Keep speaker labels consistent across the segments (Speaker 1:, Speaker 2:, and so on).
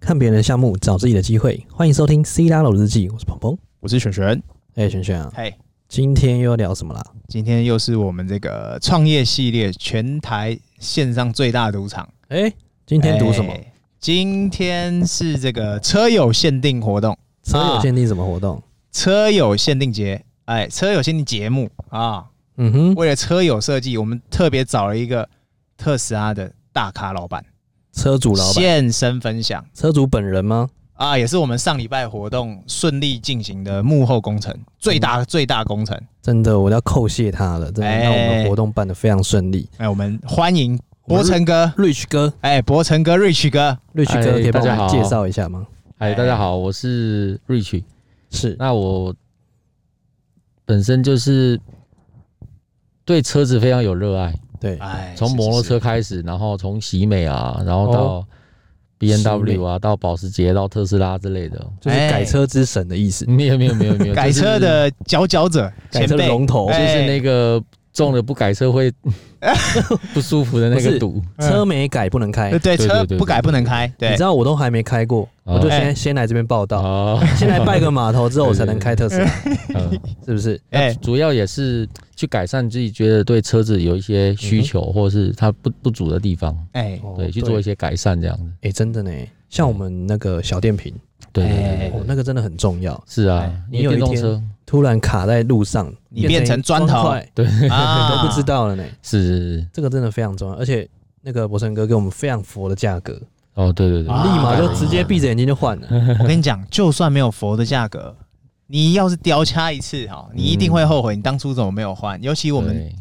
Speaker 1: 看别人的项目，找自己的机会。欢迎收听《C 大佬日记》，我是鹏鹏。
Speaker 2: 我是璇璇。
Speaker 1: 哎、璇璇啊，
Speaker 2: 嘿，
Speaker 1: 今天又要聊什么啦？
Speaker 2: 今天又是我们这个创业系列全台线上最大赌场。
Speaker 1: 哎、今天读什么？
Speaker 2: 哎今天是这个车友限定活动，
Speaker 1: 车友限定什么活动？
Speaker 2: 车友限定节，哎，车友限定节目啊。
Speaker 1: 嗯哼，
Speaker 2: 为了车友设计，我们特别找了一个特斯拉的大咖老板
Speaker 1: 车主老板，
Speaker 2: 现身分享
Speaker 1: 车主本人吗？
Speaker 2: 啊，也是我们上礼拜活动顺利进行的幕后工程，最大最大工程。
Speaker 1: 真的，我要叩谢他了，真的
Speaker 2: 哎
Speaker 1: 让我们的活动办得非常顺利。
Speaker 2: 哎，我们欢迎博成哥，
Speaker 1: Rich 哥
Speaker 2: 哎，博成哥，Rich 哥。
Speaker 1: ，Rich 哥
Speaker 3: 哎
Speaker 1: 可以帮我
Speaker 3: 大家
Speaker 1: 们
Speaker 3: 好
Speaker 1: 介绍一下吗？
Speaker 3: 嗨，
Speaker 2: 哎
Speaker 3: 大家好，我是 Rich。
Speaker 1: 是，
Speaker 3: 那我本身就是对车子非常有热爱，
Speaker 1: 对，
Speaker 2: 哎，
Speaker 3: 从摩托车开始，然后从喜美啊，然后到
Speaker 1: 哦
Speaker 3: B N W 啊，到保时捷，到特斯拉之类的。
Speaker 1: 就是
Speaker 2: 哎
Speaker 1: 改车之神的意思，
Speaker 3: 没有没有没有没有，
Speaker 2: 改
Speaker 3: 就是
Speaker 2: 车的佼佼者，
Speaker 1: 改
Speaker 2: 前
Speaker 1: 车的
Speaker 2: 辈
Speaker 1: 龙头。
Speaker 2: 哎
Speaker 3: 就是那个中了不改车会 不舒服的那
Speaker 1: 不
Speaker 3: 个
Speaker 1: 是
Speaker 3: 赌。
Speaker 1: 车没改不能开，
Speaker 2: 对对，
Speaker 3: 对对
Speaker 2: 车
Speaker 3: 对
Speaker 2: 不改不能开，
Speaker 1: 你
Speaker 2: 对
Speaker 1: 知，道我都还没开过，我就先先来这边报道，
Speaker 3: 哦，
Speaker 1: 先来 拜个码头之后我才能开特斯拉，
Speaker 3: 嗯
Speaker 1: 是不是？
Speaker 2: 哎，
Speaker 3: 主要也是去改善自己觉得对车子有一些需求，或者是它不不足的地方，
Speaker 2: 哎，
Speaker 1: 哦
Speaker 3: 对，去做一些改善这样子。
Speaker 1: 哎、真的呢，像我们那个小电瓶，
Speaker 3: 对对对
Speaker 2: 嗯哎
Speaker 3: 对
Speaker 1: 哦
Speaker 3: 对，，
Speaker 1: 那个真的很重要。
Speaker 3: 是
Speaker 2: 哎
Speaker 3: 啊，
Speaker 1: 你
Speaker 3: 因
Speaker 1: 有
Speaker 3: 为
Speaker 1: 一
Speaker 3: 电动
Speaker 1: 天
Speaker 3: 车
Speaker 1: 突然卡在路上，
Speaker 2: 你变成砖头
Speaker 1: 砖块哎
Speaker 2: 啊
Speaker 1: 都不知，道了呢，
Speaker 3: 是是是
Speaker 1: 这个真的非常重要。而且那个博成哥给我们非常佛的价格，
Speaker 3: 哦，对对对，
Speaker 2: 啊
Speaker 1: 立马就直接闭着眼睛就换了。，
Speaker 2: 我跟你讲，就算没有佛的价格，你要是雕掐一次哈，你一定会后悔，你当初怎么没有换？尤其我们
Speaker 3: 对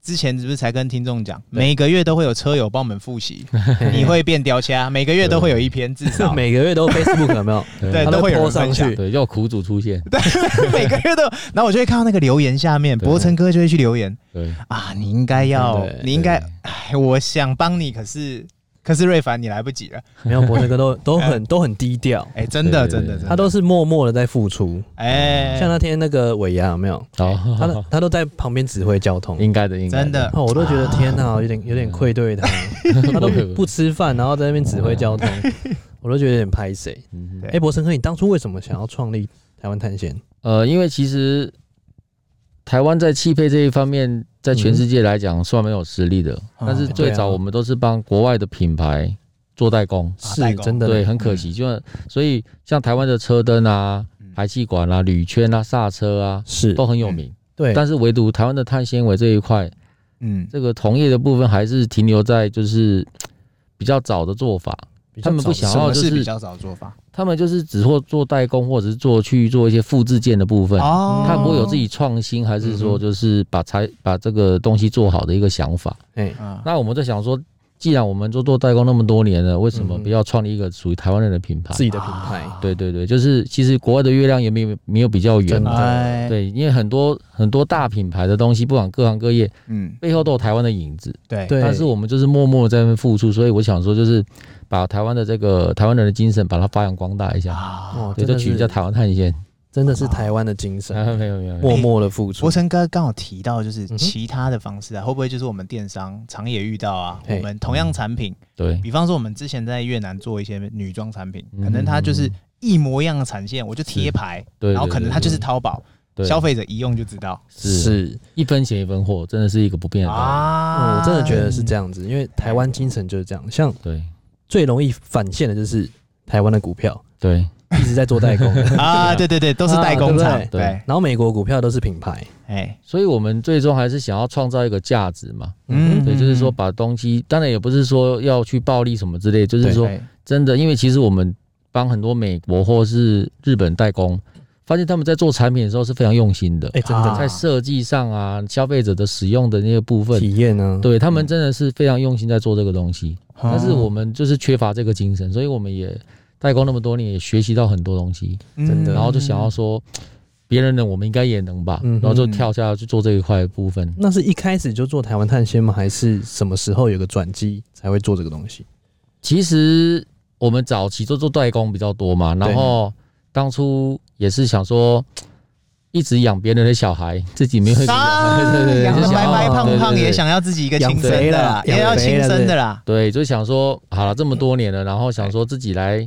Speaker 2: 之前是不是才跟听众讲，每个月都会有车友帮我们复习，你会变雕掐，每个月都会有一篇至少
Speaker 1: 每个月都 Facebook 有没有？
Speaker 2: 对
Speaker 3: 对
Speaker 1: 他
Speaker 2: 都会有人
Speaker 1: po 上
Speaker 2: 分享
Speaker 1: 去，
Speaker 3: 对，要苦主出现，
Speaker 2: 每个月都有，然后我就会看到那个留言下面，
Speaker 3: 对
Speaker 2: 博成哥就会去留言。
Speaker 3: 对，
Speaker 1: 哎
Speaker 2: 啊，你应该要
Speaker 1: 对，
Speaker 2: 你应该
Speaker 3: 对，
Speaker 2: 哎，我想帮你，可是可是瑞凡你来不及了，
Speaker 1: 没有博成哥 都都很都很低调，
Speaker 2: 哎，真的
Speaker 3: 对对
Speaker 2: 真的，
Speaker 3: 对
Speaker 2: 真的
Speaker 1: 他都是默默的在付出。
Speaker 2: 哎，哦
Speaker 1: 像那天那个尾牙有没有？他都
Speaker 3: 好，
Speaker 1: 他都在旁边指挥交通。
Speaker 3: 应该的，应该
Speaker 2: 真 的，
Speaker 1: 哦，我都觉
Speaker 2: 啊
Speaker 1: 得天哪，有点有点愧对他，他都不不吃饭，然后在那边指挥交 通，我都觉得有点拍谁。
Speaker 3: 嗯
Speaker 2: 对
Speaker 1: 哎，博成哥，你当初为什么想要创立台湾探险？
Speaker 3: 呃，因为其实台湾在汽配这一方面，在全世界来讲算蛮有实力的，
Speaker 2: 嗯
Speaker 3: 但是最
Speaker 1: 嗯对啊
Speaker 3: 早我们都是帮国外的品牌做代工，
Speaker 2: 啊
Speaker 1: 是
Speaker 2: 代工
Speaker 1: 真的嗯
Speaker 3: 对，
Speaker 1: 嘞，
Speaker 3: 很可惜，就所以像台湾的车灯啊
Speaker 2: 嗯、
Speaker 3: 排气管啊、铝圈啊、刹车啊，
Speaker 1: 是
Speaker 3: 都很有名。
Speaker 1: 对，
Speaker 3: 但是唯独台湾的碳纤维这一块，
Speaker 2: 嗯，
Speaker 3: 这个同业的部分还是停留在就是比较早的做法，
Speaker 1: 比较
Speaker 3: 他们
Speaker 1: 早
Speaker 3: 不想
Speaker 2: 什
Speaker 3: 要
Speaker 2: 么
Speaker 3: 就是是
Speaker 2: 比较早做法？
Speaker 3: 他们就是只或做代工，或者是做去做一些复制件的部分。
Speaker 2: 哦
Speaker 3: 他不会有自己创新，还是
Speaker 1: 嗯
Speaker 3: 说
Speaker 1: 哼
Speaker 3: 就是把才把这个东西做好的一个想法。
Speaker 1: 哎，
Speaker 2: 啊，
Speaker 3: 那我们在想说，既然我们做做代工那么多年了，为什么
Speaker 1: 嗯哼
Speaker 3: 不要创立一个属于台湾人的品牌
Speaker 1: 自？己的品牌，
Speaker 2: 啊
Speaker 3: 对对对，就是其实国外的月亮也没有没有比较圆
Speaker 1: 真的
Speaker 3: 嘛。
Speaker 2: 哎，，
Speaker 3: 对，因为很多很多大品牌的东西，不管各行各业，
Speaker 2: 嗯，
Speaker 3: 背后都有台湾的影子。
Speaker 2: 对
Speaker 1: 对
Speaker 3: 但是我们就是默默在那边付出，所以我想说，就是把台湾的这个台湾人的精神，把它发扬光大一下。
Speaker 2: 啊，
Speaker 1: 哦，
Speaker 3: 对，
Speaker 1: 真
Speaker 3: 就
Speaker 1: 的
Speaker 3: 取叫
Speaker 1: 是
Speaker 3: 台湾探险。
Speaker 1: 真的是台湾的精神，
Speaker 3: 啊，没有没有，没
Speaker 1: 默
Speaker 3: 有
Speaker 1: 默的付出
Speaker 2: 博。成哥刚好提到
Speaker 3: 嗯
Speaker 2: 就是
Speaker 1: 哼
Speaker 2: 其他的方式啊，会不会就是我们电商常也遇到啊？
Speaker 1: 嘿
Speaker 2: 我们同样产品，
Speaker 3: 对，
Speaker 2: 比方说我们之前在越南做一些女装产品，
Speaker 3: 嗯
Speaker 2: 可能它就是一模一样的产线，我就贴牌，
Speaker 3: 对，
Speaker 2: 然后可能它就是淘宝，消
Speaker 3: 费
Speaker 2: 费者一用就知道。
Speaker 3: 是
Speaker 1: 是，
Speaker 3: 一分钱一分货，真的是一个不变的道理。
Speaker 2: 啊
Speaker 1: 嗯我真的觉得是这
Speaker 2: 样。
Speaker 1: 样子，因为台湾精神就是这样。像
Speaker 3: 对
Speaker 1: 最容易返现的就是台湾的股票，
Speaker 3: 对
Speaker 1: 一直在做代 工的，
Speaker 2: 啊，对对对，都是代工
Speaker 1: 啊
Speaker 2: 厂，
Speaker 1: 对
Speaker 3: 不对
Speaker 2: 对，
Speaker 1: 然后美国股票都是品牌，
Speaker 2: 哎，
Speaker 3: 所以我们最终还是想要创造一个价值嘛。
Speaker 1: 嗯
Speaker 2: 嗯，
Speaker 3: 对，就是说把东西，当然也不是说要去暴利什么之类，就是
Speaker 1: 对
Speaker 3: 说
Speaker 2: 对，
Speaker 3: 真的，因为其实我们帮很多美国或是日本代工，发现他们在做产品的时候是非常用心的，
Speaker 1: 哎，真的
Speaker 2: 啊
Speaker 3: 在设计上啊，消费者的使用的那个部分，
Speaker 1: 体验呢，
Speaker 3: 对他们真的是非常用心在做这个东西。
Speaker 1: 哦
Speaker 3: 但是我
Speaker 2: 们
Speaker 3: 们就是缺乏这个精神，所以我们也代工那么多年，也学习到很多东西，
Speaker 2: 嗯
Speaker 1: 真的
Speaker 3: 然后就想要说，别人能，我们应该也能吧，
Speaker 1: 嗯哼
Speaker 3: 然后就跳下去做这一块的部分。
Speaker 1: 那是一开始就做台湾探险吗？还是什么时候有个转机才会做这个东西？
Speaker 3: 其实我们早期都做代工比较多嘛，然后当初也是想说，一直养别人的小孩，自己没有一个
Speaker 2: 啊，
Speaker 3: 对对对，
Speaker 2: 养
Speaker 3: 就
Speaker 2: 得
Speaker 3: 想
Speaker 2: 白
Speaker 3: 要
Speaker 2: 白胖胖
Speaker 3: 对对对
Speaker 2: 也想要自己一个
Speaker 1: 养
Speaker 2: 亲生
Speaker 1: 肥
Speaker 2: 的
Speaker 1: 了
Speaker 2: 啦
Speaker 1: 啦，
Speaker 2: 也
Speaker 1: 养
Speaker 2: 要
Speaker 1: 肥
Speaker 2: 亲
Speaker 1: 了
Speaker 2: 生
Speaker 1: 对
Speaker 2: 的啦，
Speaker 3: 对，就想说好了，这么多年了，然后想说自己来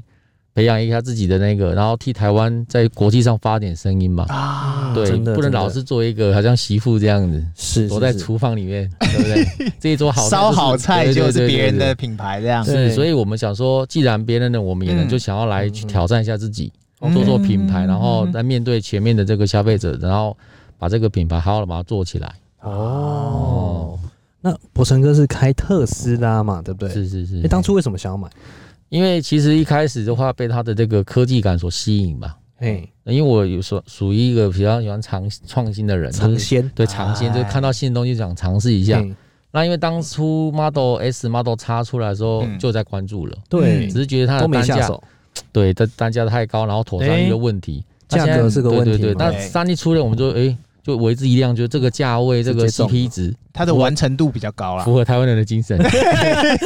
Speaker 3: 培养一下自己的那个，然后替台湾在国际上发点声音嘛。
Speaker 2: 啊，
Speaker 3: 对
Speaker 1: 真，的
Speaker 3: 不
Speaker 1: 真
Speaker 3: 能
Speaker 1: 的
Speaker 3: 老是做一个好像媳妇这样子，
Speaker 1: 是
Speaker 3: 躲在
Speaker 1: 是是
Speaker 3: 厨房里面， 对不对？这一桌 好
Speaker 2: 烧好菜就
Speaker 3: 就是是
Speaker 2: 别人。
Speaker 3: 对对对对对
Speaker 2: 的品牌这样。
Speaker 1: 对
Speaker 3: 是，所以我们想说，既然别人的我们也能，
Speaker 2: 嗯
Speaker 3: 就想要来去挑战一下自己，
Speaker 2: 嗯
Speaker 3: 做做品牌，
Speaker 2: 嗯
Speaker 3: 然后
Speaker 2: 嗯
Speaker 3: 来面对前面的这个消费者，然后把这个品牌好好的把它做起来。
Speaker 1: 哦。那博成哥是开特斯拉嘛，对不对？
Speaker 3: 是是是。
Speaker 1: 哎，当初为什么想要买？
Speaker 3: 因为其实一开始的话，被它的这个科技感所吸引吧。
Speaker 1: 嘿，
Speaker 3: 因为我有所属于一个比较喜欢尝创新的人，
Speaker 1: 尝
Speaker 3: 就是
Speaker 1: 鲜
Speaker 3: 对尝新，
Speaker 2: 哎
Speaker 3: 就是看到新的东西想尝试一下。
Speaker 1: 嘿
Speaker 3: 那因为当初 Model S、Model X 出来的时候
Speaker 2: 嗯
Speaker 3: 就在关注了，
Speaker 1: 对
Speaker 2: 嗯
Speaker 3: 只是觉得它
Speaker 1: 都
Speaker 3: 的
Speaker 1: 没
Speaker 3: 单
Speaker 1: 下
Speaker 3: 价
Speaker 1: 手，
Speaker 3: 对，它单价太高，然后妥善一个问题，那
Speaker 1: 价
Speaker 3: 现在
Speaker 1: 格是个问题嘛。
Speaker 3: 对对对，那
Speaker 2: 对
Speaker 3: 三一出来我们就哎、就为之一亮，就这个价位，这个
Speaker 1: 直接中
Speaker 3: CP 值
Speaker 2: 它的完成度比较高啦
Speaker 3: 符。合台湾人的 精神，